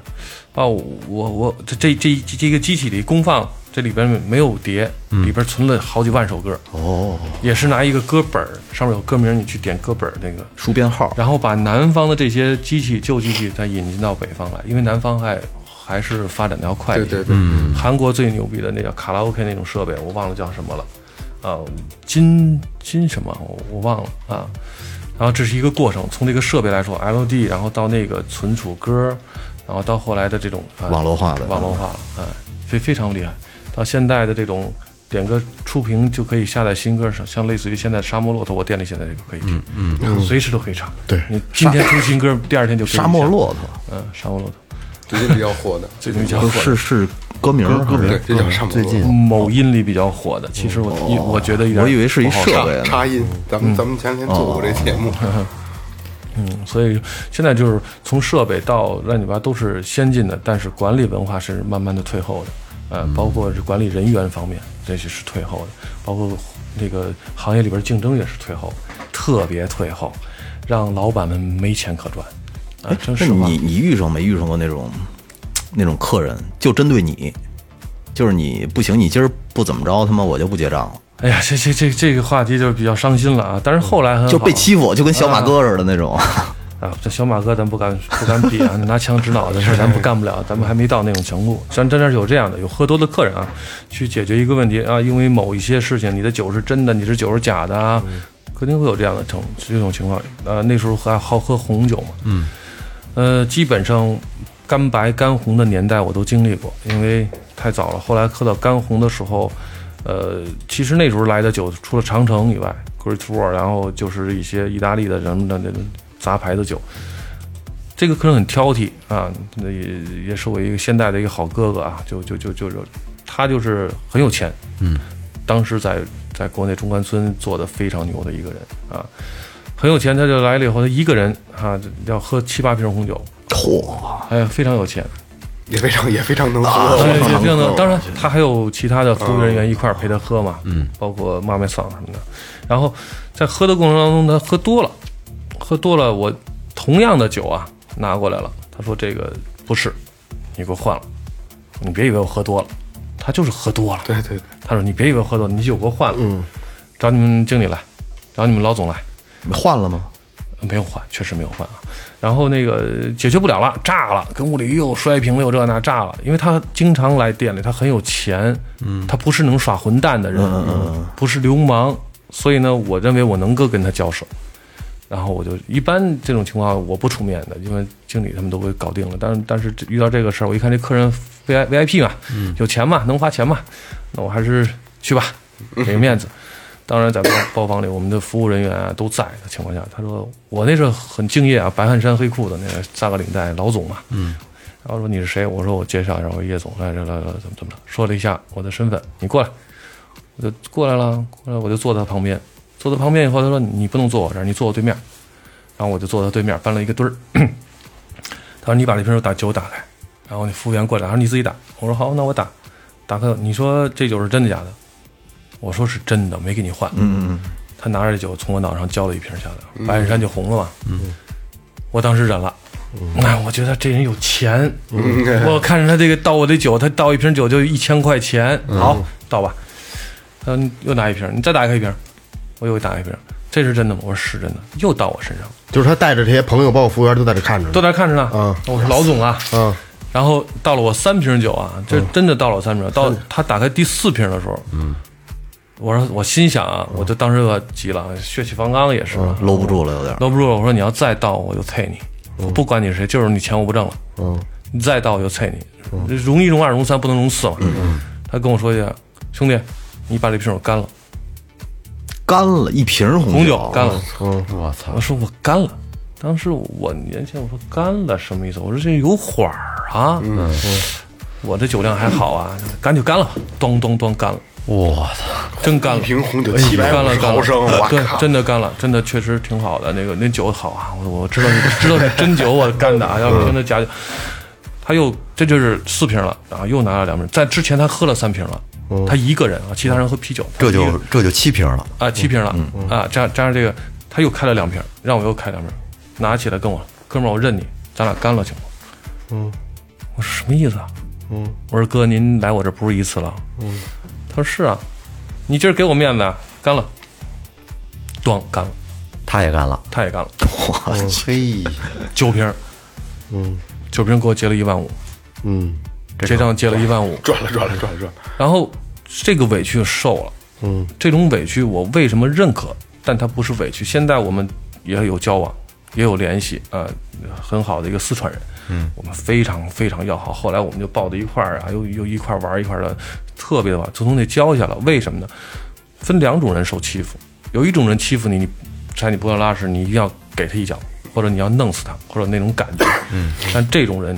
Speaker 3: 啊，我我我这这这这这个机器里功放，这里边没有碟，里边存了好几万首歌，哦，也是拿一个歌本儿，上面有歌名，你去点歌本儿那个，
Speaker 4: 数编号，
Speaker 3: 然后把南方的这些机器、旧机器再引进到北方来，因为南方还还是发展的要快一
Speaker 6: 对
Speaker 3: 点。
Speaker 6: 对对，
Speaker 4: 嗯
Speaker 3: 韩国最牛逼的那叫卡拉 OK 那种设备，我忘了叫什么了，啊，金金什么我我忘了啊。然后这是一个过程，从这个设备来说，LD，然后到那个存储歌，然后到后来的这种、啊
Speaker 4: 网络化的
Speaker 3: 网络化了，哎、非非常厉害。到现在的这种点歌触屏就可以下载新歌上，像类似于现在沙漠骆驼，我店里现在这个可以听，嗯，随时都可以唱。对你今天出新歌，第二天就可以
Speaker 4: 沙漠
Speaker 3: 下，
Speaker 4: 骆驼，
Speaker 3: 嗯，沙漠骆驼
Speaker 6: 最近比较火的，
Speaker 3: 最近比较火
Speaker 4: 不
Speaker 3: 的
Speaker 4: 是是歌名儿，歌
Speaker 6: 对，这叫上最近
Speaker 3: 某音里比较火的，其实我、一我觉得一点，
Speaker 4: 我以为是一
Speaker 3: 不好
Speaker 4: 设
Speaker 3: 上
Speaker 4: 备呢。
Speaker 6: 插音，咱们咱们前两天做过这节目，
Speaker 3: 嗯，所以现在就是从设备到乱七八糟都是先进的，但是管理文化是慢慢的退后的，呃，包括是管理人员方面，这些是退后的，包括这个行业里边竞争也是退后，特别退后，让老板们没钱可赚，啊、真
Speaker 4: 哎那
Speaker 3: 是话
Speaker 4: 你你遇上没遇上过那种那种客人就针对你，就是你不行，你今儿不怎么着，他妈我就不结账了，
Speaker 3: 哎呀，这这这这个话题就比较伤心了啊！但是后来很好
Speaker 4: 就被欺负，就跟小马哥似的那种。
Speaker 3: 啊，这小马哥咱不敢不敢比啊， 拿枪指脑袋的事儿咱不干不了，咱们还没到那种程度。咱真的是有这样的，有喝多的客人啊，去解决一个问题啊，因为某一些事情，你的酒是真的，你是酒是假的啊，肯定会有这样的成这种情况。呃，那时候还好喝红酒嘛，嗯，呃，基本上干白干红的年代我都经历过，因为太早了。后来喝到干红的时候，呃，其实那时候来的酒，除了长城以外，Great Wall，然后就是一些意大利的什么的那种杂牌的酒。这个客人很挑剔啊，那也也是我一个现代的一个好哥哥啊，就就就就就他就是很有钱，嗯，当时在在国内中关村做的非常牛的一个人啊，很有钱，他就来了以后，他一个人啊要喝七八瓶红酒，嚯，哎，非常有钱，
Speaker 6: 也非常也非常能
Speaker 3: 当
Speaker 6: 喝，
Speaker 3: 然哦也哎这样的，当然他还有其他的服务人员一块儿陪他喝嘛，嗯，包括妈妈桑什么的。然后在喝的过程当中，他喝多了，喝多了，我同样的酒啊拿过来了，他说这个不是，你给我换了，你别以为我喝多了，他就是喝多了，
Speaker 6: 对对对，
Speaker 3: 他说你别以为我喝多了，你酒给我换了，嗯，找你们经理来，找你们老总来，
Speaker 4: 你 换了吗？
Speaker 3: 没有换，确实没有换啊。然后那个解决不了了，炸了，跟屋里又摔瓶了，又这那炸了。因为他经常来店里，他很有钱，嗯，他不是能耍混蛋的人，不是流氓，所以呢，我认为我能够跟他交手。然后我就一般这种情况我不出面的，因为经理他们都会搞定了。但是但是遇到这个事儿，我一看这客人 V I V I P 嘛，有钱嘛，能花钱嘛，那我还是去吧，给个面子。当然在包包房里，我们的服务人员啊都在的情况下，他说我那时候很敬业啊，白汗衫黑裤子，那个扎个领带，老总嘛，嗯。然后说你是谁？我说我介绍一下，我叶总来这来来怎么怎么着，说了一下我的身份，你过来。我就过来了，过来我就坐他旁边，坐他旁边以后，他说你不能坐我这儿，你坐我对面，然后我就坐他对面，搬了一个堆儿。 他说你把这瓶酒打酒打开，然后那服务员过来，他说你自己打，我说好，那我打，打开，你说这酒是真的假的？我说是真的，没给你换。嗯嗯。他拿着酒从我脑上浇了一瓶下来，白衬衫就红了嘛。嗯。我当时忍了。哎，我觉得这人有钱， 我看着他这个倒我的酒，他倒一瓶酒就一千块钱，好倒吧。他说你又拿一瓶，你再打开一瓶，我又打开一瓶，这是真的吗？我说是真的，又到我身上，
Speaker 5: 就是他带着这些朋友，包括服务员都在这看着呢，
Speaker 3: 都在那看着呢。
Speaker 5: 嗯
Speaker 3: 我说老总啊，
Speaker 5: 嗯，
Speaker 3: 然后到了我三瓶酒啊，这真的到了我三瓶，到他打开第四瓶的时候，嗯，我说我心想啊，我就当时就急了，血气方刚也是啊，
Speaker 4: 搂不住了，有点儿。
Speaker 3: 搂不住了，我说你要再倒我就啐你，我不管你是谁，就是你钱我不挣了，
Speaker 5: 嗯，
Speaker 3: 你再倒我就啐你，容一容二容三不能容四嘛。他跟我说一下，兄弟，你把这瓶酒干了，
Speaker 4: 干了一瓶红
Speaker 3: 红酒干了。
Speaker 2: 嗯我操
Speaker 3: 我！说我干了。当时我年轻，我说干了什么意思？我说这有缓儿啊，嗯，我这酒量还好啊，干就干了吧，咚咚咚干了，
Speaker 2: 我操！
Speaker 3: 真干了，
Speaker 6: 一瓶红酒
Speaker 3: 哎呦
Speaker 6: 750
Speaker 3: 干了干了
Speaker 6: 毫升哇
Speaker 3: 对
Speaker 6: 靠，
Speaker 3: 真的干了，真的确实挺好的，那个那酒好啊，我我知道是知道是真酒，我干的啊，
Speaker 2: 嗯
Speaker 3: 要不真的假酒，他又这就是四瓶了，然后又拿了两瓶，在之前他喝了三瓶了，他一个人啊，其他人喝啤酒，他
Speaker 2: 嗯这
Speaker 3: 一个
Speaker 2: 就
Speaker 3: 人
Speaker 2: 这就七瓶了，
Speaker 3: 啊，七瓶了、啊，加加上这个，他又开了两瓶，让我又开两瓶，拿起来跟我，哥们儿，我认你，咱俩干了行吗？嗯，我说什么意思啊？嗯，我说哥，您来我这不是一次了。嗯，他说是啊，你今儿给我面子啊，干了，咣干了，
Speaker 2: 他也干了。
Speaker 3: 他也干了，
Speaker 5: 嗯
Speaker 2: 嘿，
Speaker 3: 九瓶，嗯，九瓶给我结了一万五，
Speaker 5: 嗯，
Speaker 3: 结账结了一万五，
Speaker 6: 赚了赚了赚了赚了，
Speaker 3: 然后这个委屈受了，嗯，这种委屈我为什么认可？但它不是委屈。现在我们也有交往，也有联系，呃，很好的一个四川人，嗯，我们非常非常要好。后来我们就抱在一块儿啊，又又一块儿玩儿一块儿的，特别的好。自从那交下了，为什么呢？分两种人受欺负，有一种人欺负你，你踩你脖子拉屎，你一定要给他一脚，或者你要弄死他，或者那种感觉。嗯，但这种人，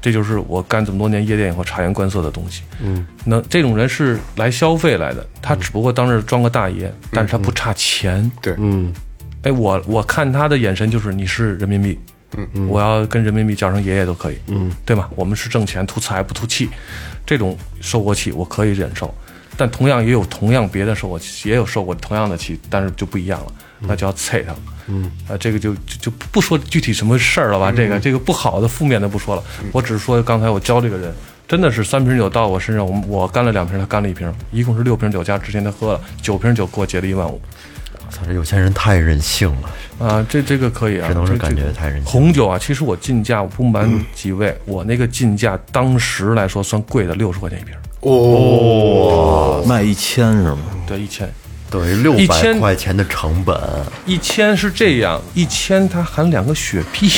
Speaker 3: 这就是我干这么多年夜店以后察言观色的东西。嗯，那这种人是来消费来的，他只不过当时装个大爷，但是他不差钱。
Speaker 6: 对，
Speaker 3: 哎，我我看他的眼神就是你是人民币，嗯嗯，我要跟人民币叫声爷爷都可以，嗯，对吗？我们是挣钱图财不图气，这种受过气我可以忍受，但同样也有同样别的受过气，也有受过同样的气，但是就不一样了，那就要啐他了。嗯，啊，这个就就就不说具体什么事儿了吧，这个这个不好的负面的不说了，我只是说刚才我教这个人，真的是三瓶酒到我身上，我我干了两瓶，他干了一瓶，一共是六瓶酒加之前他喝了九瓶酒，给我结了一万五，
Speaker 2: 我操！这有钱人太任性了，
Speaker 3: 啊，这这个可以啊，
Speaker 2: 只能是
Speaker 3: 这
Speaker 2: 感
Speaker 3: 这
Speaker 2: 觉太任性。
Speaker 3: 红酒啊，其实我进价我不瞒几位，我那个进价当时来说算贵的，六十块钱一瓶儿，
Speaker 4: 卖一千是吗？
Speaker 3: 对，一千
Speaker 2: 等于六
Speaker 3: 一
Speaker 2: 百
Speaker 3: 千
Speaker 2: 块钱的成本，
Speaker 3: 一千是这样，一千它含两个雪碧。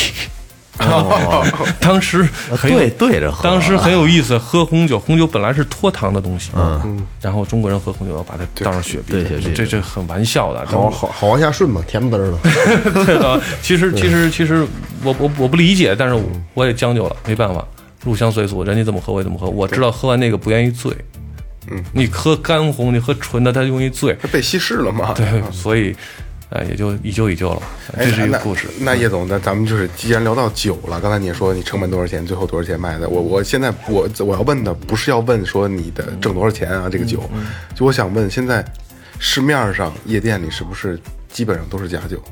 Speaker 3: 哦 当时
Speaker 2: 啊
Speaker 3: 很有
Speaker 4: 对对着喝
Speaker 3: 当时很有意思。喝红酒，红酒本来是脱糖的东西，嗯，然后中国人喝红酒要把它当成雪碧，
Speaker 4: 对雪碧
Speaker 3: 这这很玩笑的。
Speaker 5: 好好好往下顺吧，甜不滋儿的。
Speaker 3: 对的， 其实其实其实我我我不理解，但是我我也将就了，没办法，入乡随俗，人家怎么喝我也怎么喝。我知道喝完那个不愿意醉，嗯，你喝干红，你喝纯的，它容易醉，
Speaker 6: 他被稀释了嘛？
Speaker 3: 对， 所以，哎，也就一就一就了，
Speaker 6: 哎
Speaker 3: 这是一个
Speaker 6: 那
Speaker 3: 故事。嗯
Speaker 6: 那叶总，那咱们就是既然聊到酒了，刚才你也说你成本多少钱，最后多少钱卖的，我我现在我我要问的不是要问说你的
Speaker 3: 嗯
Speaker 6: 挣多少钱啊，这个酒，就我想问现在市面上夜店里是不是基本上都是假 酒？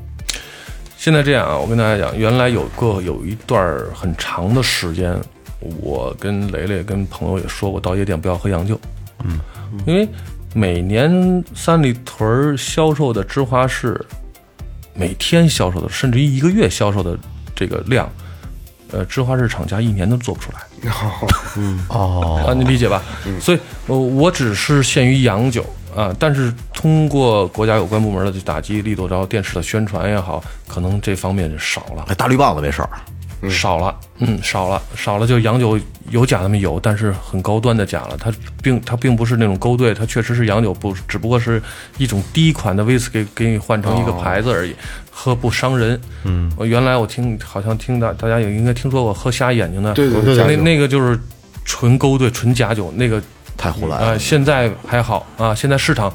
Speaker 3: 现在这样啊，我跟大家讲，原来有个有一段儿很长的时间，我跟雷雷跟朋友也说过，到夜店不要喝洋酒，嗯，因为每年三里屯儿销售的芝华士，每天销售的，甚至于一个月销售的这个量，呃，芝华士厂家一年都做不出来。啊，你理解吧？所以，我我只是限于洋酒啊，但是通过国家有关部门的打击力度，然后电视的宣传也好，可能这方面就少了，
Speaker 4: 哎，大绿棒子没事儿，
Speaker 3: 少了，嗯，少了，少了。就洋酒有假的吗？有，但是很高端的假了，它并它并不是那种勾兑，它确实是洋酒，不，只不过是一种低款的威士忌，给你换成一个牌子而已，喝不伤人。嗯，我原来我听好像听大大家也应该听说过喝瞎眼睛的，
Speaker 6: 对对对
Speaker 3: 那那个就是纯勾兑、纯假酒，那个
Speaker 4: 太太胡来了。
Speaker 3: 呃，现在还好啊，现在市场，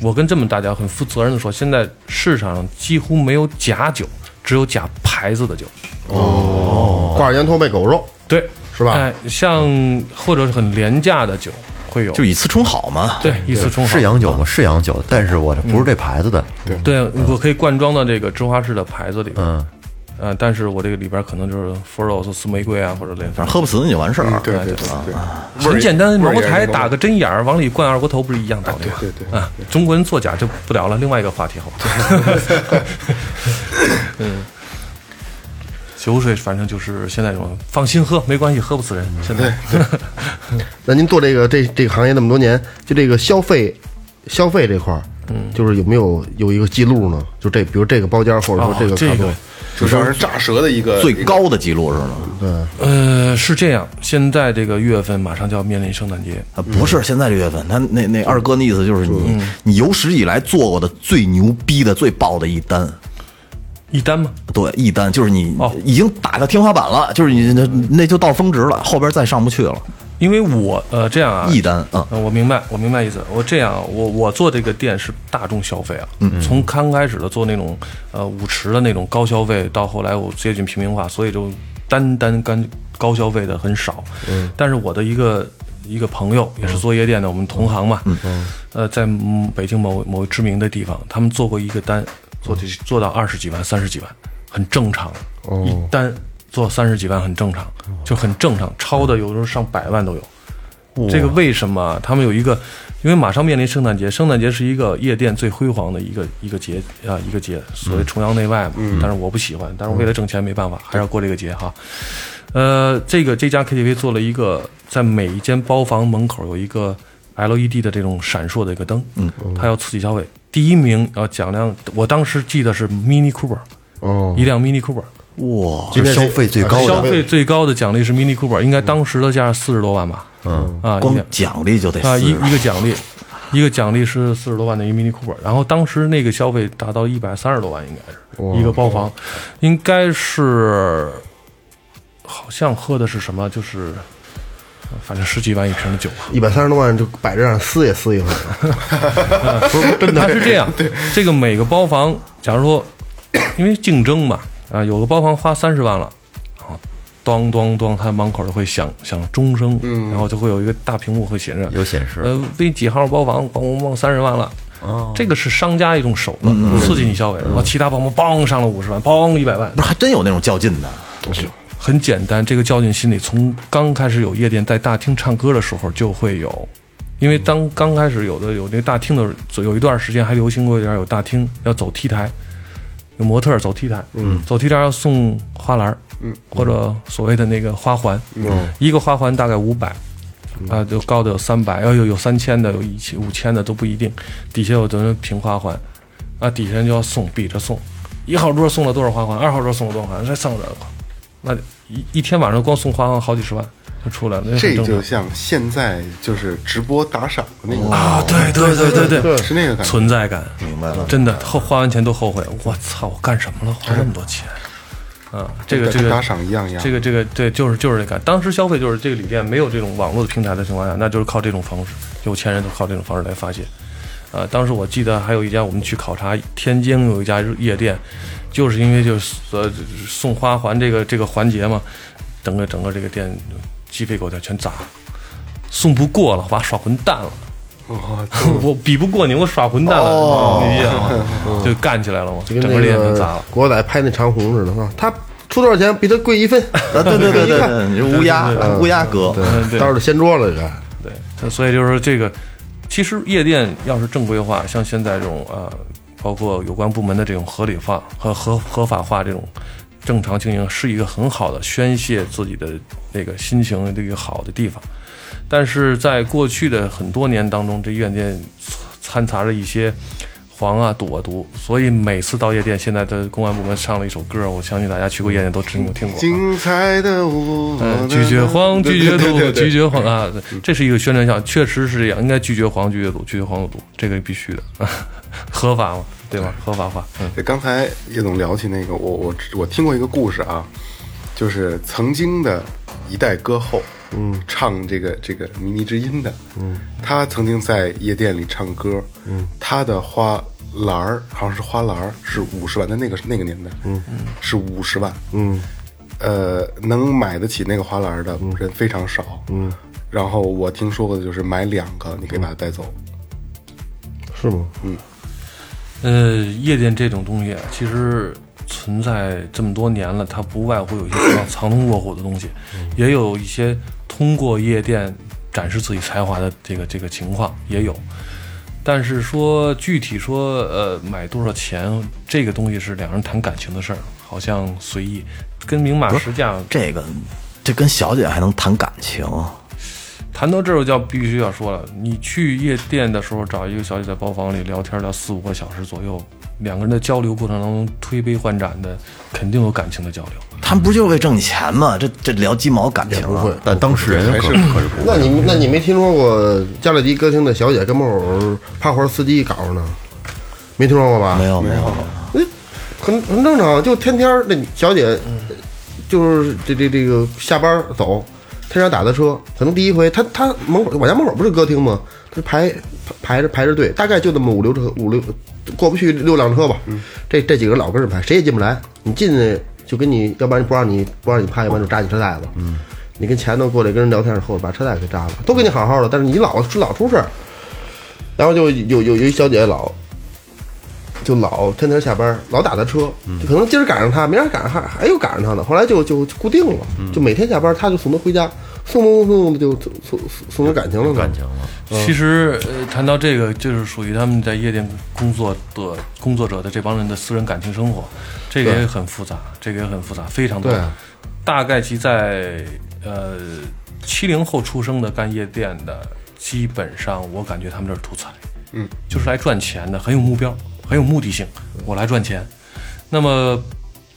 Speaker 3: 我跟这么大家很负责任的说，现在市场上几乎没有假酒，只有假牌子的酒。
Speaker 5: 挂着羊头卖狗肉，
Speaker 3: 对，
Speaker 5: 是吧
Speaker 3: 哎，像或者是很廉价的酒会有，
Speaker 4: 就以次充好嘛，
Speaker 3: 对一次冲好
Speaker 2: 是洋酒吗？是洋酒，但是我不是这牌子的。
Speaker 3: 对，我可以灌装到这个芝华士的牌子里边。
Speaker 2: 嗯，
Speaker 3: 呃，但是我这个里边可能就是佛罗斯、四玫瑰啊，或者类似
Speaker 4: 反正，喝不死你就完事儿。啊
Speaker 6: 对对对对，
Speaker 3: 啊
Speaker 6: 味儿
Speaker 3: 很
Speaker 6: 也
Speaker 3: 简单，
Speaker 6: 味
Speaker 3: 茅
Speaker 6: 儿也
Speaker 3: 台
Speaker 6: 浓
Speaker 3: 打个针眼儿往里灌二锅头，不是一样道理吗？
Speaker 6: 对对
Speaker 3: 啊，中国人作假就不聊了，另外一个话题好吧？ 嗯，酒水反正就是现在这种，放心喝，没关系，喝不死人。现在
Speaker 5: 那您做这个这这个行业那么多年，就这个消费消费这块儿，嗯，就是有没有有一个记录呢？就这，比如这个包间，或者说
Speaker 3: 哦
Speaker 5: 个
Speaker 3: 这
Speaker 5: 卡
Speaker 3: 个
Speaker 5: 座，
Speaker 6: 就是让人炸舌的一个
Speaker 4: 最高的记录是吗？
Speaker 3: 呃，是这样，现在这个月份马上就要面临圣诞节，
Speaker 4: 啊，不是现在这月份，他那那二哥那意思就是你你有史以来做过的最牛逼的、最爆的一单，
Speaker 3: 一单吗？
Speaker 4: 对，一单就是你
Speaker 3: 哦
Speaker 4: 已经打到天花板了，就是你那那就到峰值了，后边再上不去了。
Speaker 3: 因为我呃这样啊，
Speaker 4: 一单啊
Speaker 3: 呃我明白，我明白意思。我这样啊，我我做这个店是大众消费啊，嗯，从刚开始的做那种呃舞池的那种高消费，到后来我接近平民化，所以就单单干高消费的很少。嗯，但是我的一个一个朋友也是做夜店的，我们同行嘛，嗯，呃，在嗯北京某某知名的地方，他们做过一个单，做这做到二十几万、三十几万，很正常。一单做三十几万很正常，就很正常，超的有时候上百万都有。这个为什么他们有一个？因为马上面临圣诞节，圣诞节是一个夜店最辉煌的一个一个节啊、一个节，所谓崇洋媚外嘛。但是我不喜欢，但是为了挣钱没办法，还是要过这个节哈。呃，这个这家 KTV 做了一个，在每一间包房门口有一个 LED 的这种闪烁的一个灯，嗯，它要刺激消费。第一名要奖量，我当时记得是 Mini Cooper，
Speaker 5: 哦，
Speaker 3: 一辆 Mini Cooper，
Speaker 4: 哇，
Speaker 2: 就是消费最高
Speaker 3: 消
Speaker 2: 的，
Speaker 3: 费最高的奖励是 Mini Cooper，应该当时的价是四十多万吧？嗯啊，
Speaker 4: 光
Speaker 3: 一辆
Speaker 4: 奖励就得
Speaker 3: 啊，
Speaker 4: 四
Speaker 3: 一
Speaker 4: 十
Speaker 3: 一个奖励，一个奖励是四十多万的一个 Mini Cooper，然后当时那个消费达到一百三十多万，应该是一个包房，应该是好像喝的是什么，就是呃反正十几万一瓶的酒吧。
Speaker 5: 一百三十多万就摆这样撕也 撕一回，
Speaker 3: 不是真的，它是这样，这个每个包房，假如说 因为竞争嘛，啊，有个包房花三十万了，啊，当当当，它门口就会响响钟声，然后就会有一个大屏幕会显示
Speaker 2: 有显示
Speaker 3: 呃，V 几号包房，咣咣咣，三十万了。哦，这个是商家一种手段，
Speaker 2: 嗯
Speaker 3: 刺激你消费。然后其他包房梆上了五十万，梆一百万，
Speaker 4: 不是还真有那种较劲的，
Speaker 3: 很简单，这个较劲心理从刚开始有夜店在大厅唱歌的时候就会有，因为当刚开始有的有那个大厅的时候，有一段时间还流行过一点有大厅要走 T 台，有模特儿走 T 台，嗯，走 T 台要送花篮，嗯，或者所谓的那个花环，嗯，一个花环大概五百。啊，就高的有三百，要有有三千的，有一千五千的都不一定。底下有的人平花环，啊，底下人就要送，比着送。一号桌送了多少花环，二号桌送了多少花环，再送了多少花环，那一一天晚上光送花环好几十万就出来了，那
Speaker 6: 这
Speaker 3: 很正
Speaker 6: 就
Speaker 3: 常。
Speaker 6: 像现在就是直播打赏的那个
Speaker 3: 啊，对对对对对，
Speaker 6: 哦是那个感觉。
Speaker 3: 存在感，
Speaker 4: 明白了？
Speaker 3: 真的后花完钱都后悔，我操，我干什么了，花那么多钱？啊，这个
Speaker 6: 跟
Speaker 3: 这个
Speaker 6: 打赏一样一样
Speaker 3: 这个这个对，就是就是这感。当时消费就是这个理念没有这种网络的平台的情况下，那就是靠这种方式，有钱人都靠这种方式来发泄。呃，当时我记得还有一家我们去考察，天津有一家夜店，就是因为就是呃送花环这个这个环节嘛，整个整个这个店鸡飞狗跳全砸了，送不过了，哇，耍混蛋了。 我比不过你，我耍混蛋了，你理解吗？就干起来了嘛，
Speaker 5: 就
Speaker 3: 整
Speaker 5: 跟
Speaker 3: 个
Speaker 5: 那
Speaker 3: 店就砸了
Speaker 5: 个。国仔拍那长虹似的啊，他出多少钱比他贵一分，
Speaker 4: 啊，对对对对对， 你是乌鸦乌鸦哥，
Speaker 3: 对
Speaker 5: 到时候就掀桌了，这个
Speaker 3: 对，它所以就是说这个，其实夜店要是正规化，像现在这种呃，包括有关部门的这种合理化和合合法化这种正常经营，是一个很好的宣泄自己的那个心情的一个好的地方。但是在过去的很多年当中，这夜店掺杂着一些黄啊、赌啊、毒，所以每次到夜店，现在的公安部门上了一首歌，我相信大家去过夜店都听过听过啊。
Speaker 6: 精彩的我，
Speaker 3: 嗯，拒绝黄，拒
Speaker 6: 对
Speaker 3: 绝赌，
Speaker 6: 对对对
Speaker 3: 拒绝黄啊！这是一个宣传项，确实是这样，应该拒绝黄，拒绝赌，拒绝黄赌毒，这个必须的， 合法嘛，对吧？合法化，嗯，
Speaker 6: 对，刚才叶总聊起那个，我我我听过一个故事啊，就是曾经的一代歌后，嗯，唱这个这个靡靡之音的，嗯，他曾经在夜店里唱歌，嗯，他的花篮儿好像是花篮儿是五十万，在那个那个年代，嗯，是五十万，嗯，呃，能买得起那个花篮儿的人非常少，嗯，然后我听说过的就是买两个，你可以把它带走，
Speaker 5: 是吗？
Speaker 3: 嗯呃，夜店这种东西啊其实存在这么多年了，它不外乎有一些藏藏龙卧虎的东西，也有一些通过夜店展示自己才华的这个这个情况也有。但是说具体说，呃，买多少钱这个东西是两人谈感情的事儿，好像随意，跟明码实价
Speaker 4: 这个这跟小姐还能谈感情？
Speaker 3: 谈到这儿，我就要必须要说了，你去夜店的时候，找一个小姐在包房里聊天，聊四五个小时左右，两个人的交流过程当中，推杯换盏的，肯定有感情的交流。
Speaker 4: 他们不就是为挣钱吗？这这聊鸡毛感情啊？
Speaker 3: 呃
Speaker 2: 但当事人可可是不
Speaker 5: 那你那你没听说过加勒迪歌厅的小姐跟门口趴活司机搞上呢？没听说过吧？
Speaker 4: 没有没有，
Speaker 5: 那哎很很正常，就天天儿那小姐，就是这这这个下班儿走，天天打的车，可能第一回她她门口我家门口不是歌厅吗？她排排着排着队，大概就这么五六车五六过不去六辆车吧，这这几个人老跟着排，谁也进不来，你进去就跟你要不然不让你不让你拍，要不然就扎你车带子，嗯，你跟前头过来跟人聊天的时候，把车带给扎了，都跟你好好的，但是你老老出事儿，然后就有有有一小姐老就老天天下班，老打他车，就可能今儿赶上他，明儿赶上还还又赶上他呢。后来就就就固定了，就每天下班，他就送他回家，送送送送的就送送送有感情了，感情了。
Speaker 3: 其实，呃，谈到这个，就是属于他们在夜店工作的工作者的这帮人的私人感情生活，这个也很复杂，这个也很复杂，非常多
Speaker 5: 对啊。
Speaker 3: 大概其在呃七零后出生的干夜店的，基本上我感觉他们这是图财，嗯，就是来赚钱的，很有目标，很有目的性，我来赚钱。那么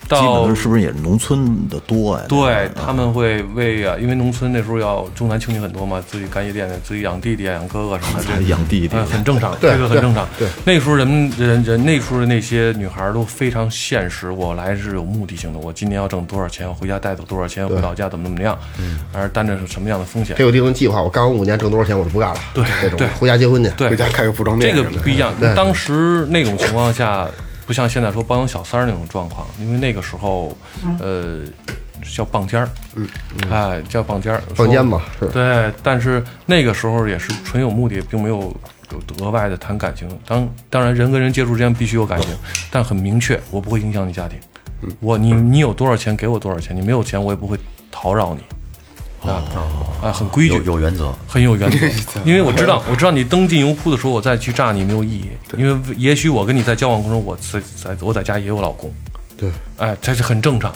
Speaker 4: 基本
Speaker 3: 到
Speaker 4: 上是不是也是农村的多呀？
Speaker 3: 对，他们会为啊，因为农村那时候要重男轻女很多嘛，自己干夜店的，自己养弟弟、啊养哥哥什么的，这
Speaker 4: 啊养弟弟
Speaker 3: 呃很正常，
Speaker 5: 对
Speaker 3: 这个很正常。
Speaker 5: 对，
Speaker 3: 那时候人们人人那时候的那些女孩都非常现实，我来是有目的性的，我今年要挣多少钱，回家带走多少钱，回老家怎么怎么样，
Speaker 5: 嗯
Speaker 3: 而担着什么样的风险
Speaker 5: 这。有这种计划，我干完五年挣多少钱我就不干了，
Speaker 3: 对
Speaker 5: 这种
Speaker 3: 对
Speaker 5: 回家结婚去。
Speaker 3: 对，
Speaker 6: 回家开个服装
Speaker 3: 这
Speaker 6: 店
Speaker 3: 个
Speaker 6: 什么的
Speaker 3: 不一样。当时那种情况下，不像现在说帮养小三儿那种状况，因为那个时候，呃，叫棒尖儿，嗯，哎，叫棒尖儿，
Speaker 5: 棒尖嘛
Speaker 3: 说
Speaker 5: 是
Speaker 3: 对，但是那个时候也是纯有目的，并没有。有额外的谈感情，当当然人跟人接触之间必须有感情，但很明确，我不会影响你家庭。我你你有多少钱给我多少钱，你没有钱我也不会讨扰你。啊啊，很规矩
Speaker 2: 有，有原则，
Speaker 3: 很有原则，因为我知道，我知道你登进油库的时候，我再去炸你没有意义，因为也许我跟你在交往过程中，我在在我在家也有老公，
Speaker 5: 对，
Speaker 3: 哎，这是很正常，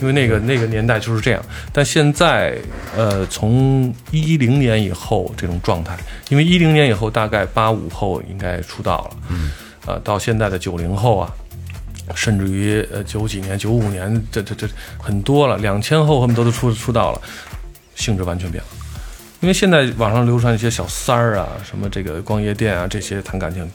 Speaker 3: 因为那个那个年代就是这样。但现在，呃，从一零年以后这种状态，因为一零年以后大概八五后应该出道了，嗯，呃，到现在的九零后啊，甚至于呃九几年、九五年，这这这很多了，两千后恨不得都出出道了，性质完全变了。因为现在网上流传一些小三儿啊，什么这个逛夜店啊，这些谈感情，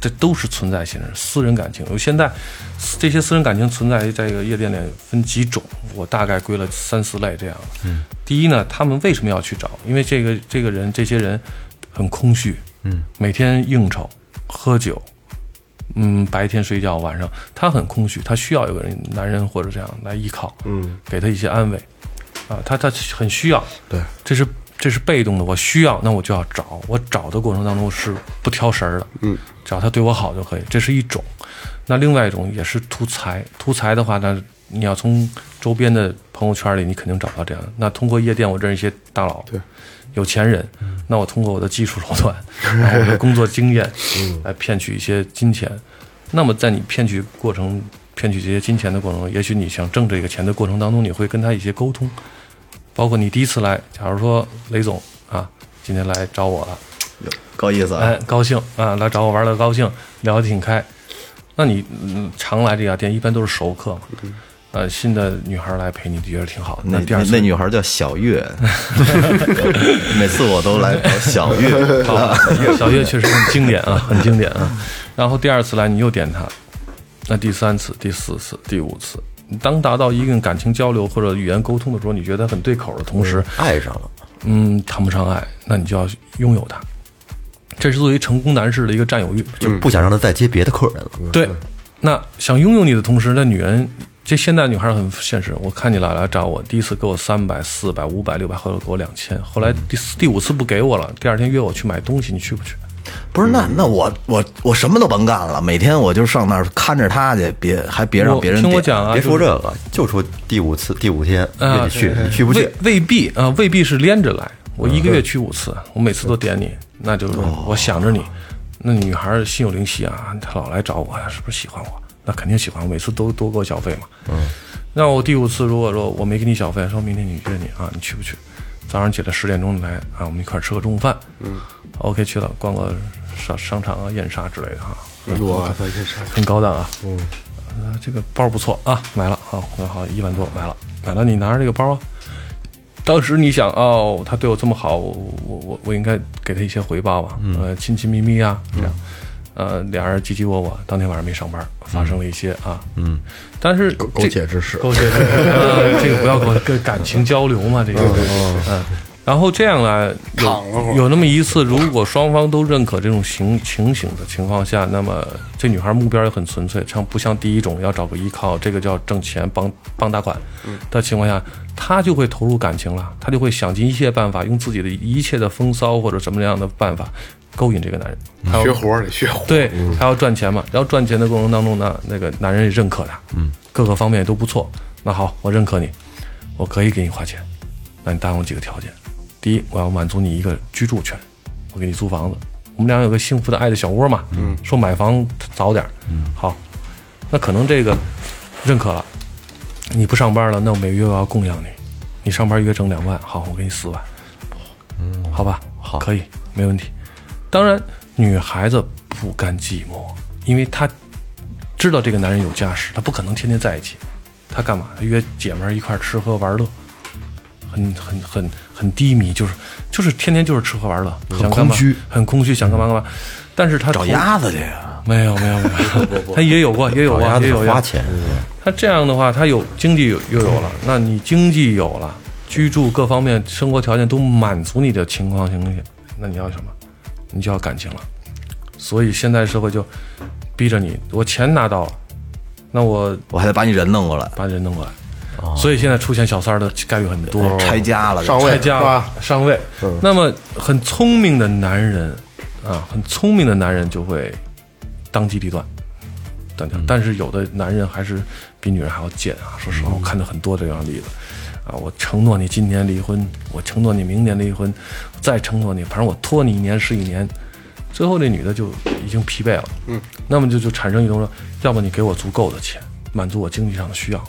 Speaker 3: 这都是存在现实，私人感情。有现在私这些私人感情存在于这个夜店里分几种，我大概归了三四类这样。嗯，第一呢，他们为什么要去找？因为这个这个人这些人很空虚，嗯，每天应酬、喝酒，嗯，白天睡觉，晚上他很空虚，他需要有个人男人或者这样来依靠，嗯，给他一些安慰，啊，他他很需要，对，这是这是被动的，我需要，那我就要找，我找的过程当中是不挑食儿的，嗯，只要他对我好就可以，这是一种。那另外一种也是图财，图财的话呢，你要从周边的朋友圈里，你肯定找到这样的。那通过夜店，我认识一些大佬，对，有钱人，那我通过我的技术手 段，然后我的工作经验，来骗取一些金钱。那么在你骗取过程、骗取这些金钱的过程中，也许你想挣这个钱的过程当中，你会跟他一些沟通，包括你第一次来，假如说雷总啊，今天来找我了，
Speaker 4: 高意思啊
Speaker 3: 哎，，高兴啊，来找我玩的高兴，聊得挺开。那你、嗯、常来这家店，一般都是熟客嘛，呃，新的女孩来陪你，觉得挺好的。
Speaker 4: 嗯那
Speaker 3: 第二
Speaker 4: 那
Speaker 3: 次
Speaker 4: 那女孩叫小月，每次我都来找小月，
Speaker 3: 好，小月确实很经典啊， 很经典啊。然后第二次来你又点他，那第三次、第四次、第五次，当达到一定感情交流或者语言沟通的时候，你觉得很对口的同时，
Speaker 2: 爱上了，
Speaker 3: 嗯，谈不上爱，那你就要拥有它。这是作为成功男士的一个占有欲，
Speaker 2: 就不想让他再接别的客人了。
Speaker 3: 对，那想拥有你的同时，那女人这现在女孩很现实。我看你来来找我，第一次给我三百、四百、五百、六百，后来给我两千，后来第四、第五次不给我了，第二天约我去买东西，你去不去？
Speaker 4: 不是，那那我我我什么都甭干了，每天我就上那儿看着他去，别还别让
Speaker 3: 我
Speaker 4: 别人
Speaker 3: 听我
Speaker 4: 点
Speaker 3: 讲啊，
Speaker 2: 别说
Speaker 3: 就是
Speaker 2: 这个，就说第五次、第五天，
Speaker 3: 啊
Speaker 2: 你去，你去不去
Speaker 3: 未？未必啊、未必是连着来。我一个月去五次，我每次都点你，那就是我想着你。那女孩儿心有灵犀啊，她老来找我，是不是喜欢我？那肯定喜欢我，每次都多给我小费嘛。嗯，那我第五次如果说我没给你小费，说明天你约你啊，你去不去？早上起来十点钟来啊，我们一块儿吃个中午饭。嗯，OK 去了，逛个商商场啊、燕莎之类的哈、
Speaker 6: 我操，这是
Speaker 3: 很高档啊。嗯，呃，这个包不错啊，买了啊，我好一万多买了，买了你拿着这个包啊。当时你想哦，他对我这么好，我我我我应该给他一些回报吧，呃，亲亲密密啊，这样，呃，俩人唧唧我我，当天晚上没上班，发生了一些啊，嗯，但是这
Speaker 5: 苟且之事，
Speaker 3: 勾结这个，呃这个不要勾跟感情交流嘛，这个，嗯，然后这样呢，有有那么一次，如果双方都认可这种情情形的情况下，那么这女孩目标也很纯粹，像不像第一种要找个依靠，这个叫挣钱帮帮大款的情况下，她就会投入感情了，她就会想尽一切办法，用自己的一切的风骚或者什么样的办法勾引这个男人，还有
Speaker 6: 学活儿得学活儿，
Speaker 3: 对，他要赚钱嘛，然后赚钱的过程当中呢，那个男人也认可他，嗯，各个方面都不错。那好，我认可你，我可以给你花钱，那你答应我几个条件：第一，我要满足你一个居住权，我给你租房子，我们俩有个幸福的爱的小窝嘛，嗯，说买房早点，嗯，好，那可能这个认可了，你不上班了，那我每月我要供养你，你上班一月挣两万，好，我给你四万，嗯，好吧，好，可以，没问题。当然，女孩子不甘寂寞，因为她知道这个男人有家室，她不可能天天在一起。她干嘛？她约姐们儿一块儿吃喝玩乐，很很很很低迷，就是就是天天就是吃喝玩乐，很
Speaker 4: 空虚，
Speaker 3: 很空虚，想干嘛干嘛。但是她
Speaker 4: 找
Speaker 3: 从
Speaker 4: 鸭子去啊呀。
Speaker 3: 没有没有没 有，他也有过，也有过，也有嗯
Speaker 2: 花。钱，
Speaker 3: 他这样的话，他有经济有又有了，那你经济有了，居住各方面生活条件都满足你的情况情况下，那你要什么？你就要感情了。所以现在社会就逼着你，我钱拿到了，那我
Speaker 4: 我还得把你人弄过来，
Speaker 3: 把人弄过来。所以现在出现小三儿的概率很多，
Speaker 4: 哎拆家了，
Speaker 5: 上位
Speaker 3: 拆家
Speaker 5: 是吧嗯
Speaker 3: 了，上位。那么很聪明的男人啊，很聪明的男人就会当机立断。但
Speaker 5: 嗯
Speaker 3: 但是有的男人还是比女人还要贱啊！说实话，我看到很多这样的例子啊。我承诺你今年离婚，我承诺你明年离婚，再承诺你，反正我拖你一年是一年。最后这女的就已经疲惫了，嗯，那么就就产生一种说，要么你给我足够的钱，满足我经济上的需要，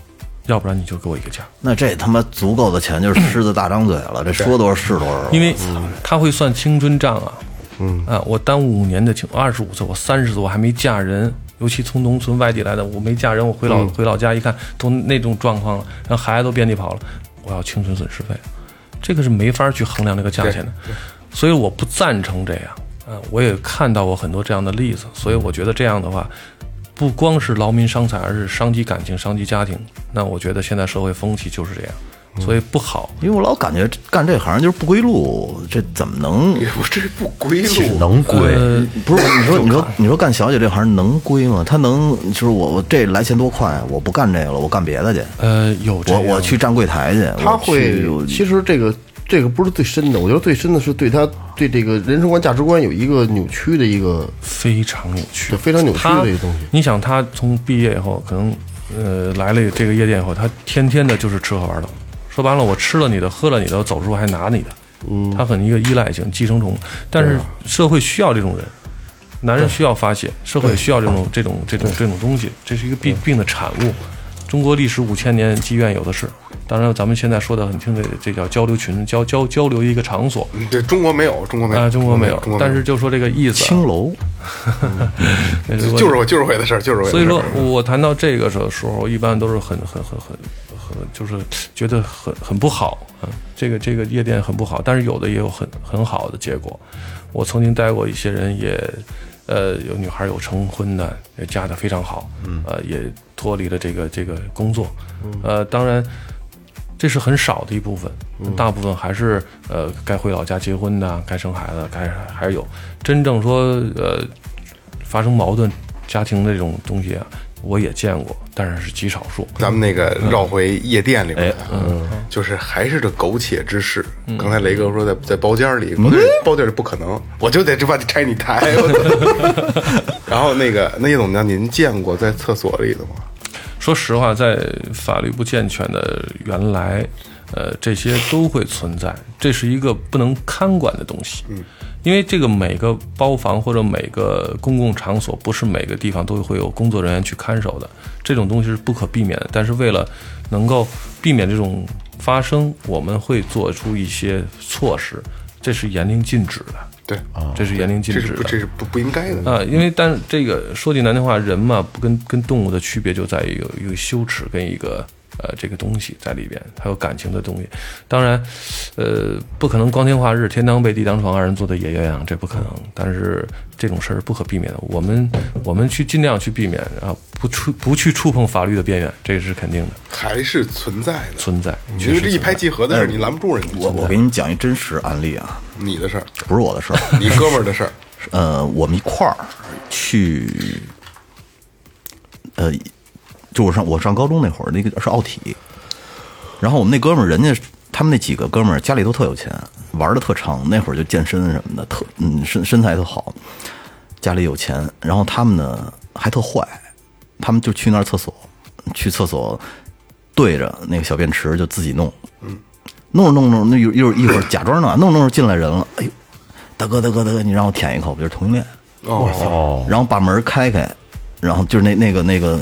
Speaker 3: 要不然你就给我一个家。
Speaker 4: 那这他妈足够的钱就是狮子大张嘴了，这说多少是多少。
Speaker 3: 因为他会算青春账啊，嗯啊，我耽误五年的青，二十五岁，我三十岁，我还没嫁人，尤其从农村外地来的，我没嫁人，我回老、回老家一看，都那种状况了，然后孩子都遍地跑了，我要青春损失费，这个是没法去衡量这个价钱的，所以我不赞成这样啊，我也看到过很多这样的例子，所以我觉得这样的话。不光是劳民伤财，而是伤及感情、伤及家庭。那我觉得现在社会风气就是这样，所以不好。
Speaker 4: 因为我老感觉干这行就是不归路，这怎么能
Speaker 6: 也不这不归
Speaker 2: 只
Speaker 6: 路，
Speaker 2: 能贵。
Speaker 3: 呃，
Speaker 4: 不是你说你说你说干小姐这行能归吗？她能就是我我这来钱多快，我不干这个了，我干别的去，
Speaker 3: 呃，有这
Speaker 4: 我
Speaker 3: 样
Speaker 4: 我去站柜台去。
Speaker 5: 他
Speaker 4: 我
Speaker 5: 会
Speaker 4: 去我，
Speaker 5: 其实这个这个不是最深的，我觉得最深的是对他对这个人生观、价值观有一个扭曲的一个，
Speaker 3: 非常扭曲
Speaker 5: 对，非常扭曲
Speaker 3: 他
Speaker 5: 的一个东西。
Speaker 3: 你想，他从毕业以后，可能呃来了这个夜店以后，他天天的就是吃喝玩乐。说白了，我吃了你的，喝了你的，我走的时候还拿你的。嗯，他很一个依赖性寄生虫，但是社会需要这种人，男人需要发泄，社会需要这种这种这种这种东西，这是一个病病的产物。中国历史五千年积怨有的是，当然咱们现在说的很听的，这叫交流群，交交交流一个场所
Speaker 6: 嗯对中国没有，中国没有
Speaker 3: 啊，中国没有
Speaker 6: 中国，
Speaker 3: 但是就说这个意思啊，
Speaker 4: 青楼，
Speaker 3: 那
Speaker 6: 就就是我就是为的事儿，就是为的事
Speaker 3: 所
Speaker 6: 儿
Speaker 3: 以说我谈到这个时候，时候一般都是很很很很很，就是觉得很很不好啊。这个这个夜店很不好，但是有的也有很很好的结果。我曾经带过一些人也，呃，有女孩有成婚的，也嫁得非常好，嗯，呃，也脱离了这个这个工作，呃，当然。这是很少的一部分，大部分还是呃该回老家结婚的，该生孩子，该还是有真正说呃发生矛盾家庭的这种东西啊，我也见过，但是是极少数。
Speaker 6: 咱们那个
Speaker 3: 嗯
Speaker 6: 绕回夜店里面
Speaker 3: 哎
Speaker 6: 来，嗯，就是还是这苟且之事。
Speaker 3: 嗯
Speaker 6: 刚才雷哥说在在包间里，包间包间里不可能，我就得这把你拆你 台。我操然后那个那叶总监，您见过在厕所里的吗？
Speaker 3: 说实话，在法律不健全的原来，呃，这些都会存在，这是一个不能看管的东西。嗯，因为这个每个包房或者每个公共场所，不是每个地方都会有工作人员去看守的，这种东西是不可避免的。但是为了能够避免这种发生，我们会做出一些措施，这是严令禁止的。
Speaker 6: 哦对，
Speaker 3: 这是严令禁
Speaker 6: 这
Speaker 3: 止
Speaker 6: 是
Speaker 3: 的。
Speaker 6: 不这是不不应该的。
Speaker 3: 啊，因为但这个说句难听话，人嘛，不跟跟动物的区别就在于有一个羞耻跟一个呃这个东西在里边，还有感情的东西。当然，呃，不可能光天化日，天当被地当床，二人做的野鸳鸯，这不可能。但是这种事儿是不可避免的，我们我们去尽量去避免，然后不触不去触碰法律的边缘，这是肯定的
Speaker 6: 还是存在的。
Speaker 3: 存在。哎
Speaker 6: 你觉得这一拍即合的事儿，你拦不住人家。
Speaker 4: 我我给你们讲一真实案例啊，
Speaker 6: 你的事儿，
Speaker 4: 不是我的事儿。
Speaker 6: 你哥们儿的事儿，
Speaker 4: 呃，我们一块儿去，呃，就我上我上高中那会儿，那个是奥体，然后我们那哥们儿，人家他们那几个哥们儿家里都特有钱，玩的特长，那会儿就健身什么的，特嗯身身材特好，家里有钱，然后他们呢还特坏，他们就去那儿厕所，去厕所对着那个小便池就自己弄，弄着弄着，那又又一会儿假装呢，弄着弄着进来人了，哎呦，大哥大哥大哥，你让我舔一口，不就是同性恋？
Speaker 2: 哦，
Speaker 4: 然后把门开开，然后就是那那个那个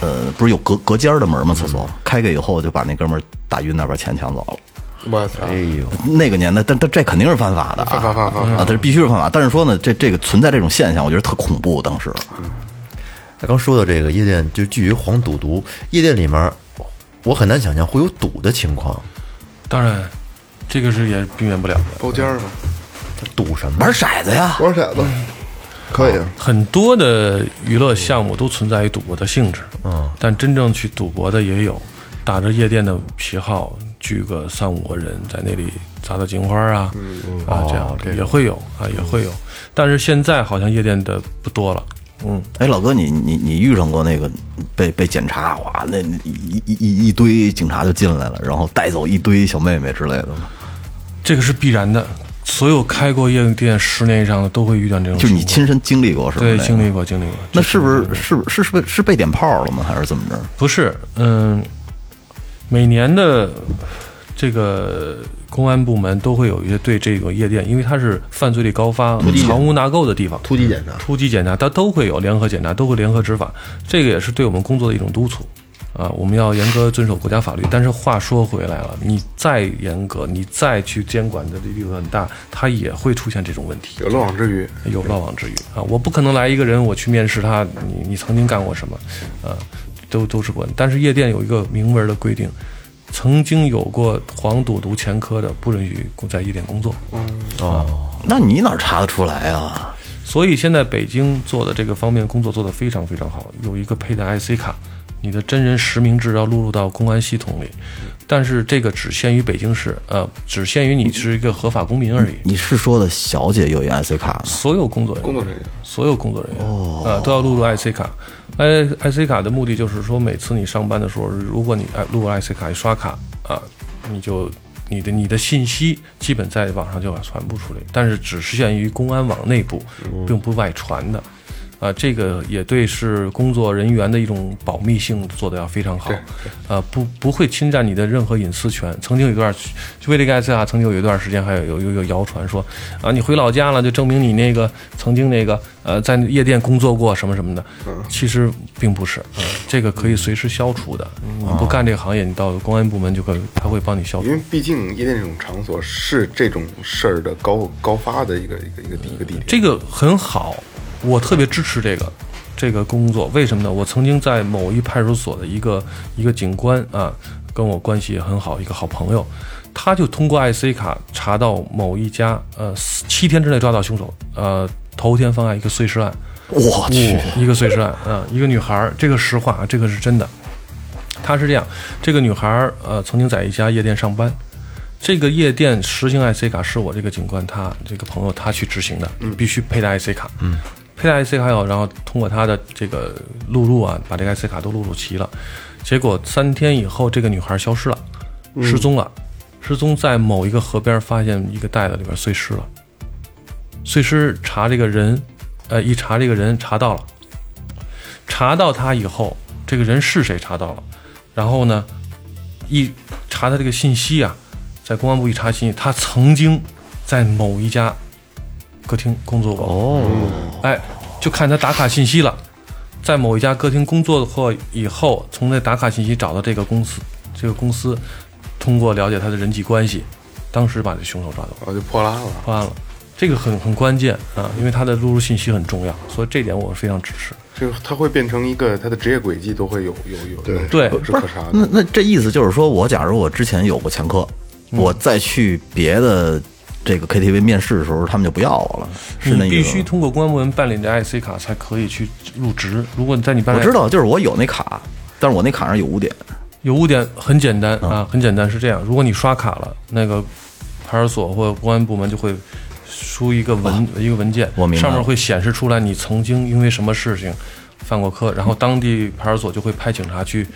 Speaker 4: 呃，不是有隔隔间儿的门吗？厕所
Speaker 6: 嗯
Speaker 4: 开开以后就把那哥们儿打晕那边钱抢
Speaker 6: 哦
Speaker 4: 走了。
Speaker 6: 我操！
Speaker 3: 哎
Speaker 4: 那个年代，但但这肯定是犯法的啊，
Speaker 6: 犯法犯法
Speaker 4: 啊，这是必须是犯法。但是说呢，这这个存在这种现象，我觉得特恐怖。当时
Speaker 2: 他刚说的这个夜店，就基于黄赌毒，夜店里面，我很难想象会有赌的情况，
Speaker 3: 当然，这个是也避免不了的。
Speaker 6: 包间儿吗？
Speaker 2: 他赌什么？
Speaker 4: 玩骰子呀，
Speaker 5: 玩骰子
Speaker 3: 嗯
Speaker 5: 可以，啊
Speaker 3: 很多的娱乐项目都存在于赌博的性质，嗯，但真正去赌博的也有，打着夜店的旗号聚个三五个人在那里砸砸金花啊，啊这样的也会有啊也会有，但是现在好像夜店的不多了，嗯，
Speaker 4: 哎，老哥，你你你遇上过那个被被检查哇，那一一一一堆警察就进来了，然后带走一堆小妹妹之类的吗？
Speaker 3: 这个是必然的，所有开过夜店十年以上的都会遇到这种情况，
Speaker 4: 就是你亲身经历过是吗？
Speaker 3: 对
Speaker 4: 那个
Speaker 3: 经历过经历过，
Speaker 4: 那是不是是不是是被是被点炮了吗？还是怎么着？
Speaker 3: 不是，嗯，每年的这个公安部门都会有一些对这个夜店，因为它是犯罪率高发、藏污纳垢的地方，
Speaker 5: 突击检查。
Speaker 3: 突击检查，它都会有联合检查，都会联合执法，这个也是对我们工作的一种督促。啊，我们要严格遵守国家法律，但是话说回来了，你再严格，你再去监管的力度很大，它也会出现这种问题。
Speaker 6: 有漏网之鱼，
Speaker 3: 有漏网之鱼啊！我不可能来一个人，我去面试他，你你曾经干过什么，啊，都都是不。但是夜店有一个明文的规定，曾经有过黄赌毒前科的，不允许在夜店工作。
Speaker 4: 那你哪查得出来啊？
Speaker 3: 所以现在北京做的这个方面工作做得非常非常好，有一个佩戴 IC 卡，你的真人实名制要录入到公安系统里，但是这个只限于北京市，呃，只限于你是一个合法公民而已。
Speaker 4: 你是说的小姐有一 IC 卡吗？
Speaker 3: 所有工作人员，
Speaker 6: 工作人员
Speaker 3: 所有工作人员，呃，都要录入 IC 卡。I 哎 IC 卡的目的就是说，每次你上班的时候，如果你哎录入 IC 卡一刷卡啊，你就你的你的信息基本在网上就要传播出来，但是只实现于公安网内部，并不外传的。啊，这个也对是工作人员的一种保密性做得要非常好，呃，不不会侵占你的任何隐私权。曾经有一段，就为这个 IC 啊，曾经有一段时间还有有有有谣传说，啊，你回老家了就证明你那个曾经那个呃在夜店工作过什么什么的，其实并不是，呃这个可以随时消除的。你不干这个行业，你到公安部门就可以，他会帮你消除
Speaker 6: 因。为毕竟夜店这种场所是这种事儿的高高发的一个一个一个地一个地点。
Speaker 3: 这个很好，我特别支持这个这个工作。为什么呢？我曾经在某一派出所的一个一个警官啊，跟我关系也很好，一个好朋友，他就通过 IC 卡查到某一家，呃，四七天之内抓到凶手，呃，头天犯案一个碎尸案，
Speaker 4: 我去，
Speaker 3: 哦啊一个碎尸案，嗯、一个女孩儿，这个实话，这个是真的。她是这样，这个女孩儿呃曾经在一家夜店上班，这个夜店实行 IC 卡是我这个警官他这个朋友他去执行的，你必须佩戴 IC 卡，嗯，佩戴 IC 卡以后，然后通过他的这个录入啊，把这个 IC 卡都录入齐了，结果三天以后，这个女孩消失了，失踪了，失踪在某一个河边发现一个袋子里边碎尸了，碎尸查这个人，呃，一查这个人查到了。查到他以后，这个人是谁查到了，然后呢，一查他这个信息啊，在公安部一查信息，他曾经在某一家歌厅工作过。哦，哎，就看他打卡信息了，在某一家歌厅工作过以后，从那打卡信息找到这个公司，这个公司通过了解他的人际关系，当时把这凶手抓走了。
Speaker 6: 然后就破案了。
Speaker 3: 破案了，这个很很关键啊，因为他的录入信息很重要，所以这点我是非常支持。
Speaker 6: 就是他会变成一个他的职业轨迹都会有有有对
Speaker 3: 对
Speaker 6: 是可查
Speaker 4: 那
Speaker 6: 的。
Speaker 4: 那这意思就是说，我假如我之前有过前科，
Speaker 3: 嗯
Speaker 4: 我再去别的这个 KTV 面试的时候，他们就不要我了，是那意
Speaker 3: 你必
Speaker 4: 思
Speaker 3: 须
Speaker 4: 吗？
Speaker 3: 通过公安部门办理的 IC 卡才可以去入职。如果你在你办，
Speaker 4: 我知道，就是我有那卡，但是我那卡上有污点，
Speaker 3: 有污点，很简单
Speaker 4: 嗯
Speaker 3: 啊，很简单是这样。如果你刷卡了，那个派出所或者公安部门就会输一个文一个文件
Speaker 4: 哦我明，白了
Speaker 3: 上面会显示出来你曾经因为什么事情犯过科，然后当地派出所就会派警察去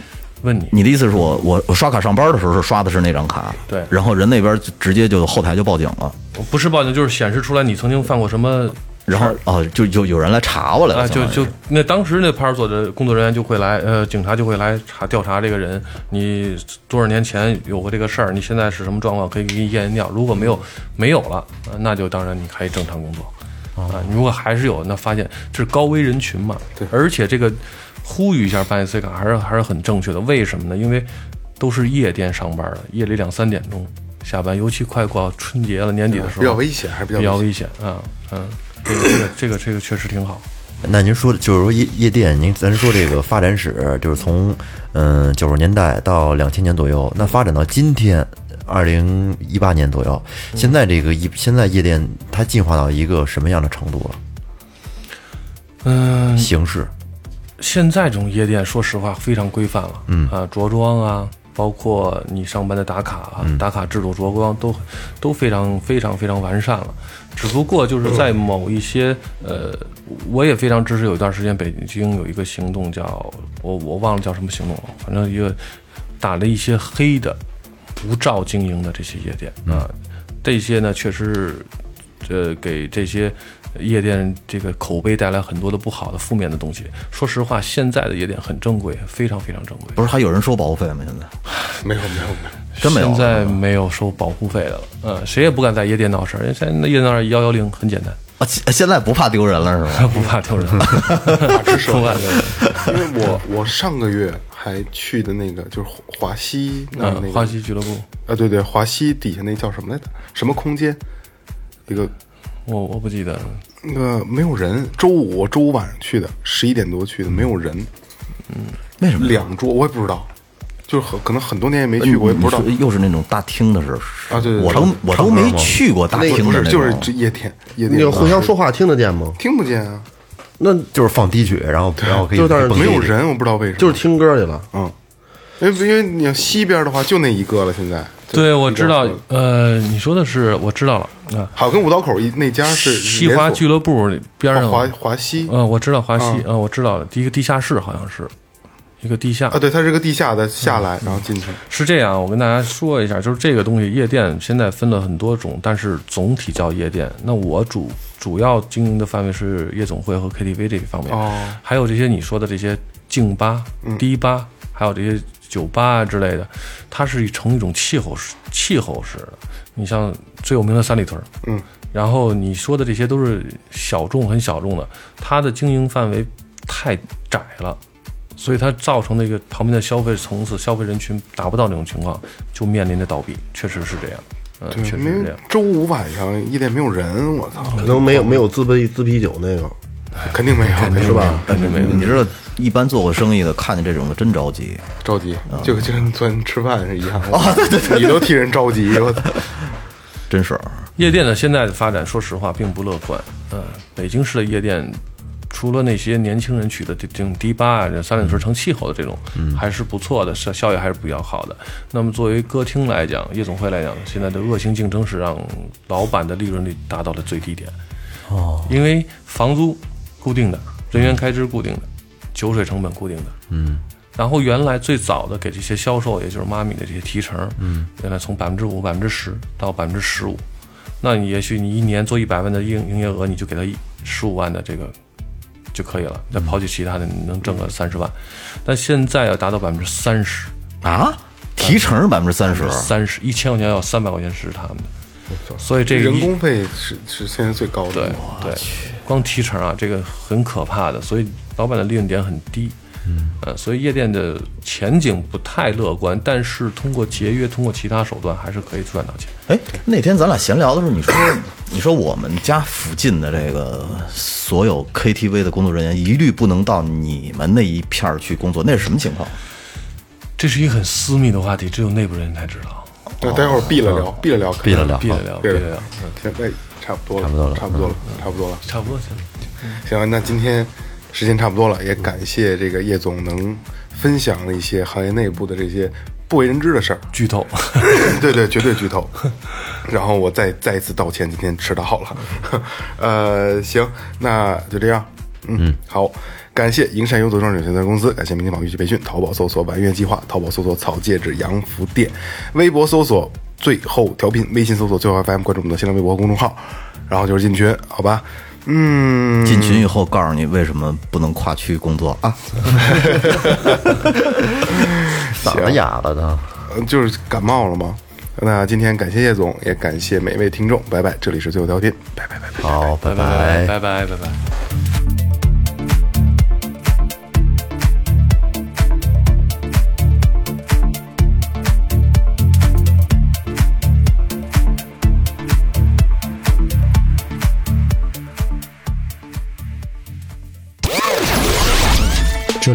Speaker 3: 问你。
Speaker 4: 你的意思是我我我刷卡上班的时候是刷的是那张卡，
Speaker 3: 对
Speaker 4: 然后人那边就直接就后台就报警了，
Speaker 3: 不是报警，就是显示出来你曾经犯过什么
Speaker 4: 然后哦就就有人来查我来了，
Speaker 3: 啊，就
Speaker 4: 相当于
Speaker 3: 就那当时那派出所的工作人员就会来，呃，警察就会来查调查这个人，你多少年前有过这个事儿，你现在是什么状况，可以给你验一尿，如果没有没有了，呃那就当然你可以正常工作
Speaker 6: 哦
Speaker 3: 啊。你如果还是有，那发现这是高危人群嘛，对，而且这个呼吁一下办 IC 卡还是还是很正确的，为什么呢？因为都是夜店上班的，夜里两三点钟下班，尤其快过春节了，年底的时
Speaker 6: 啊
Speaker 3: 候
Speaker 6: 比较危险还是比较
Speaker 3: 比较
Speaker 6: 危
Speaker 3: 危险啊，嗯，这个这个这个这个确实挺好。
Speaker 2: 那您说，就是说夜夜店，您咱说这个发展史，就是从嗯九十年代到两千年左右，那发展到今天二零一八年左右，现在这个一现在夜店它进化到一个什么样的程度了？
Speaker 3: 嗯，
Speaker 2: 形式
Speaker 3: 现在这种夜店，说实话非常规范了，嗯啊，着装啊，包括你上班的打卡啊，打卡制度、着装都都非常非常非常完善了。只不过就是在某一些呃，我也非常支持。有一段时间，北京有一个行动叫我我忘了叫什么行动了，反正一个打了一些黑的不照经营的这些夜店啊，这些呢确实，呃，给这些夜店这个口碑带来很多的不好的负面的东西。说实话，现在的夜店很正规，非常非常正规，
Speaker 4: 不是还有人收保护费吗？现在
Speaker 6: 没有没有没
Speaker 4: 真没有了
Speaker 3: 现在没有收保护费的了，嗯，谁也不敢在夜店闹事儿，因为现在那夜店闹事幺幺零很简单，
Speaker 4: 啊现现在不怕丢人了是吗？
Speaker 3: 不怕丢人，不怕丢人。
Speaker 6: 有，因为我我上个月还去的那个就是华西那那
Speaker 3: 嗯，
Speaker 6: 个
Speaker 3: 花溪俱乐部，
Speaker 6: 啊对对华西底下那叫什么来着？什么空间？一个
Speaker 3: 我我不记得了，
Speaker 6: 那个没有人，周五我周五晚上去的，十一点多去的，没有人，
Speaker 3: 嗯
Speaker 4: 为什么？
Speaker 6: 两桌我也不知道，就是很可能很多年也没 去过，我也不知道
Speaker 3: 嗯
Speaker 4: 你说又是那种大厅的是
Speaker 6: 啊对对
Speaker 4: 我都
Speaker 6: 唱
Speaker 4: 我都没去过大
Speaker 3: 嗯
Speaker 6: 不是
Speaker 4: 厅
Speaker 6: 不是
Speaker 4: 的那种，
Speaker 6: 就是这夜店夜
Speaker 5: 你
Speaker 6: 店啊
Speaker 5: 有互相说话听得见吗？
Speaker 6: 听不见啊，
Speaker 5: 那
Speaker 2: 就是放低曲，然后然后可以
Speaker 5: 就是在那儿
Speaker 2: 蹦迪
Speaker 6: 没有人，我不知道为什么，
Speaker 5: 就是听歌去了。
Speaker 6: 嗯，因为因为你要西边的话就那一个了，现在就
Speaker 3: 对，我知道
Speaker 6: 一个，
Speaker 3: 呃，你说的是，我知道了，啊，
Speaker 6: 好跟五道口一那家是
Speaker 3: 西华俱
Speaker 6: 乐
Speaker 3: 乐部边上
Speaker 6: 华华西
Speaker 3: 嗯，我知道华西，嗯，我知道了，第一个地下室好像是一个地下
Speaker 6: 啊，对，它是个地下的，下来然后进去，
Speaker 3: 是这样，我跟大家说一下，就是这个东西，夜店现在分了很多种，但是总体叫夜店。那我主主要经营的范围是夜总会和 KTV 这一方面，
Speaker 6: 哦嗯
Speaker 3: 还有这些你说的这些静吧、迪吧，还有这些酒吧啊之类的，它是成一种气候式气候式的。你像最有名的三里屯，
Speaker 6: 嗯，
Speaker 3: 然后你说的这些都是小众很小众的，它的经营范围太窄了。所以它造成的一个旁边的消费层次、消费人群达不到那种情况，就面临着倒闭，确实是这样，嗯，确实
Speaker 6: 没
Speaker 3: 是
Speaker 6: 有
Speaker 3: 这样。
Speaker 6: 周五晚上夜店没有人，我操，
Speaker 5: 可能没有没有自备自啤酒那个，
Speaker 6: 肯定没有，
Speaker 5: 是？吧？
Speaker 4: 哎没有你知道，一般做过生意的看见这种的真着急。
Speaker 6: 着急，就就跟昨天吃饭是一样的，你都替人着急，我操，
Speaker 4: 真是，
Speaker 3: 呃夜店呢，现在的发展，说实话并不乐观。嗯、北京市的夜店除了那些年轻人去的这这种迪吧啊、这三里屯成气候的这种，还是不错的，效效益还是比较好的。那么作为歌厅来讲，夜总会来讲，现在的恶性竞争是让老板的利润率达到了最低点。哦，因为房租固定的，人员开支固定的，酒水成本固定的，嗯。然后原来最早的给这些销售，也就是妈咪的这些提成，嗯，原来从百分之五、百分之十到百分之十五，那你也许你一年做一百万的营营业额，你就给他十五万的这个就可以了，再刨去其他的，你能挣个三十万。但现在要达到百分之三十，
Speaker 4: 啊，提成百分之三十，
Speaker 6: 啊
Speaker 3: 三十一千块钱要三百块钱是他们的，所以这个
Speaker 6: 人
Speaker 3: 一
Speaker 6: 工费是是现在最高的。
Speaker 3: 对对，光提成啊，这个很可怕的，所以老板的利润点很低。嗯，呃，所以夜店的前景不太乐观，但是通过节约，通过其他手段，还是可以赚到钱。
Speaker 4: 哎，那天咱俩闲聊的时候，你说你说我们家附近的这个所有 KTV 的工作人员一律不能到你们那一片儿去工作，那是什么情
Speaker 6: 嗯
Speaker 4: 况？
Speaker 3: 这是一个很私密的话题，只有内部人才知道。
Speaker 6: 对，待会儿闭了聊，闭了聊，
Speaker 2: 闭了聊
Speaker 3: 闭着聊，闭
Speaker 6: 对
Speaker 3: 着聊，
Speaker 6: 现在哎差不多了，差不多了，差不多了，差不多了。
Speaker 3: 差不多行。
Speaker 6: 行，那今天时间差不多了，也感谢这个叶总能分享了一些行业内部的这些不为人知的事儿。
Speaker 3: 剧透，
Speaker 6: 对对，绝对剧透。然后我再再一次道歉，今天迟到了。 呃，行，那就这样。嗯，好，感谢营山优作装饰有限责任公司，感谢明天宝玉去培训，淘宝搜索“玩乐计划”，淘宝搜索“草戒指洋服店”，微博搜索“最后调频”，微信搜索“最后 FM”，关注我们的新浪微博和公众号，然后就是进群，好吧？嗯，
Speaker 4: 进群以后告诉你为什么不能跨区工作啊？
Speaker 2: 嗓子哑了呢。
Speaker 6: 呃就是感冒了吗？那今天感谢叶总，也感谢每位听众，拜拜。这里是最后调频，拜拜拜拜。
Speaker 2: 好，拜
Speaker 3: 拜拜拜拜拜。
Speaker 8: 这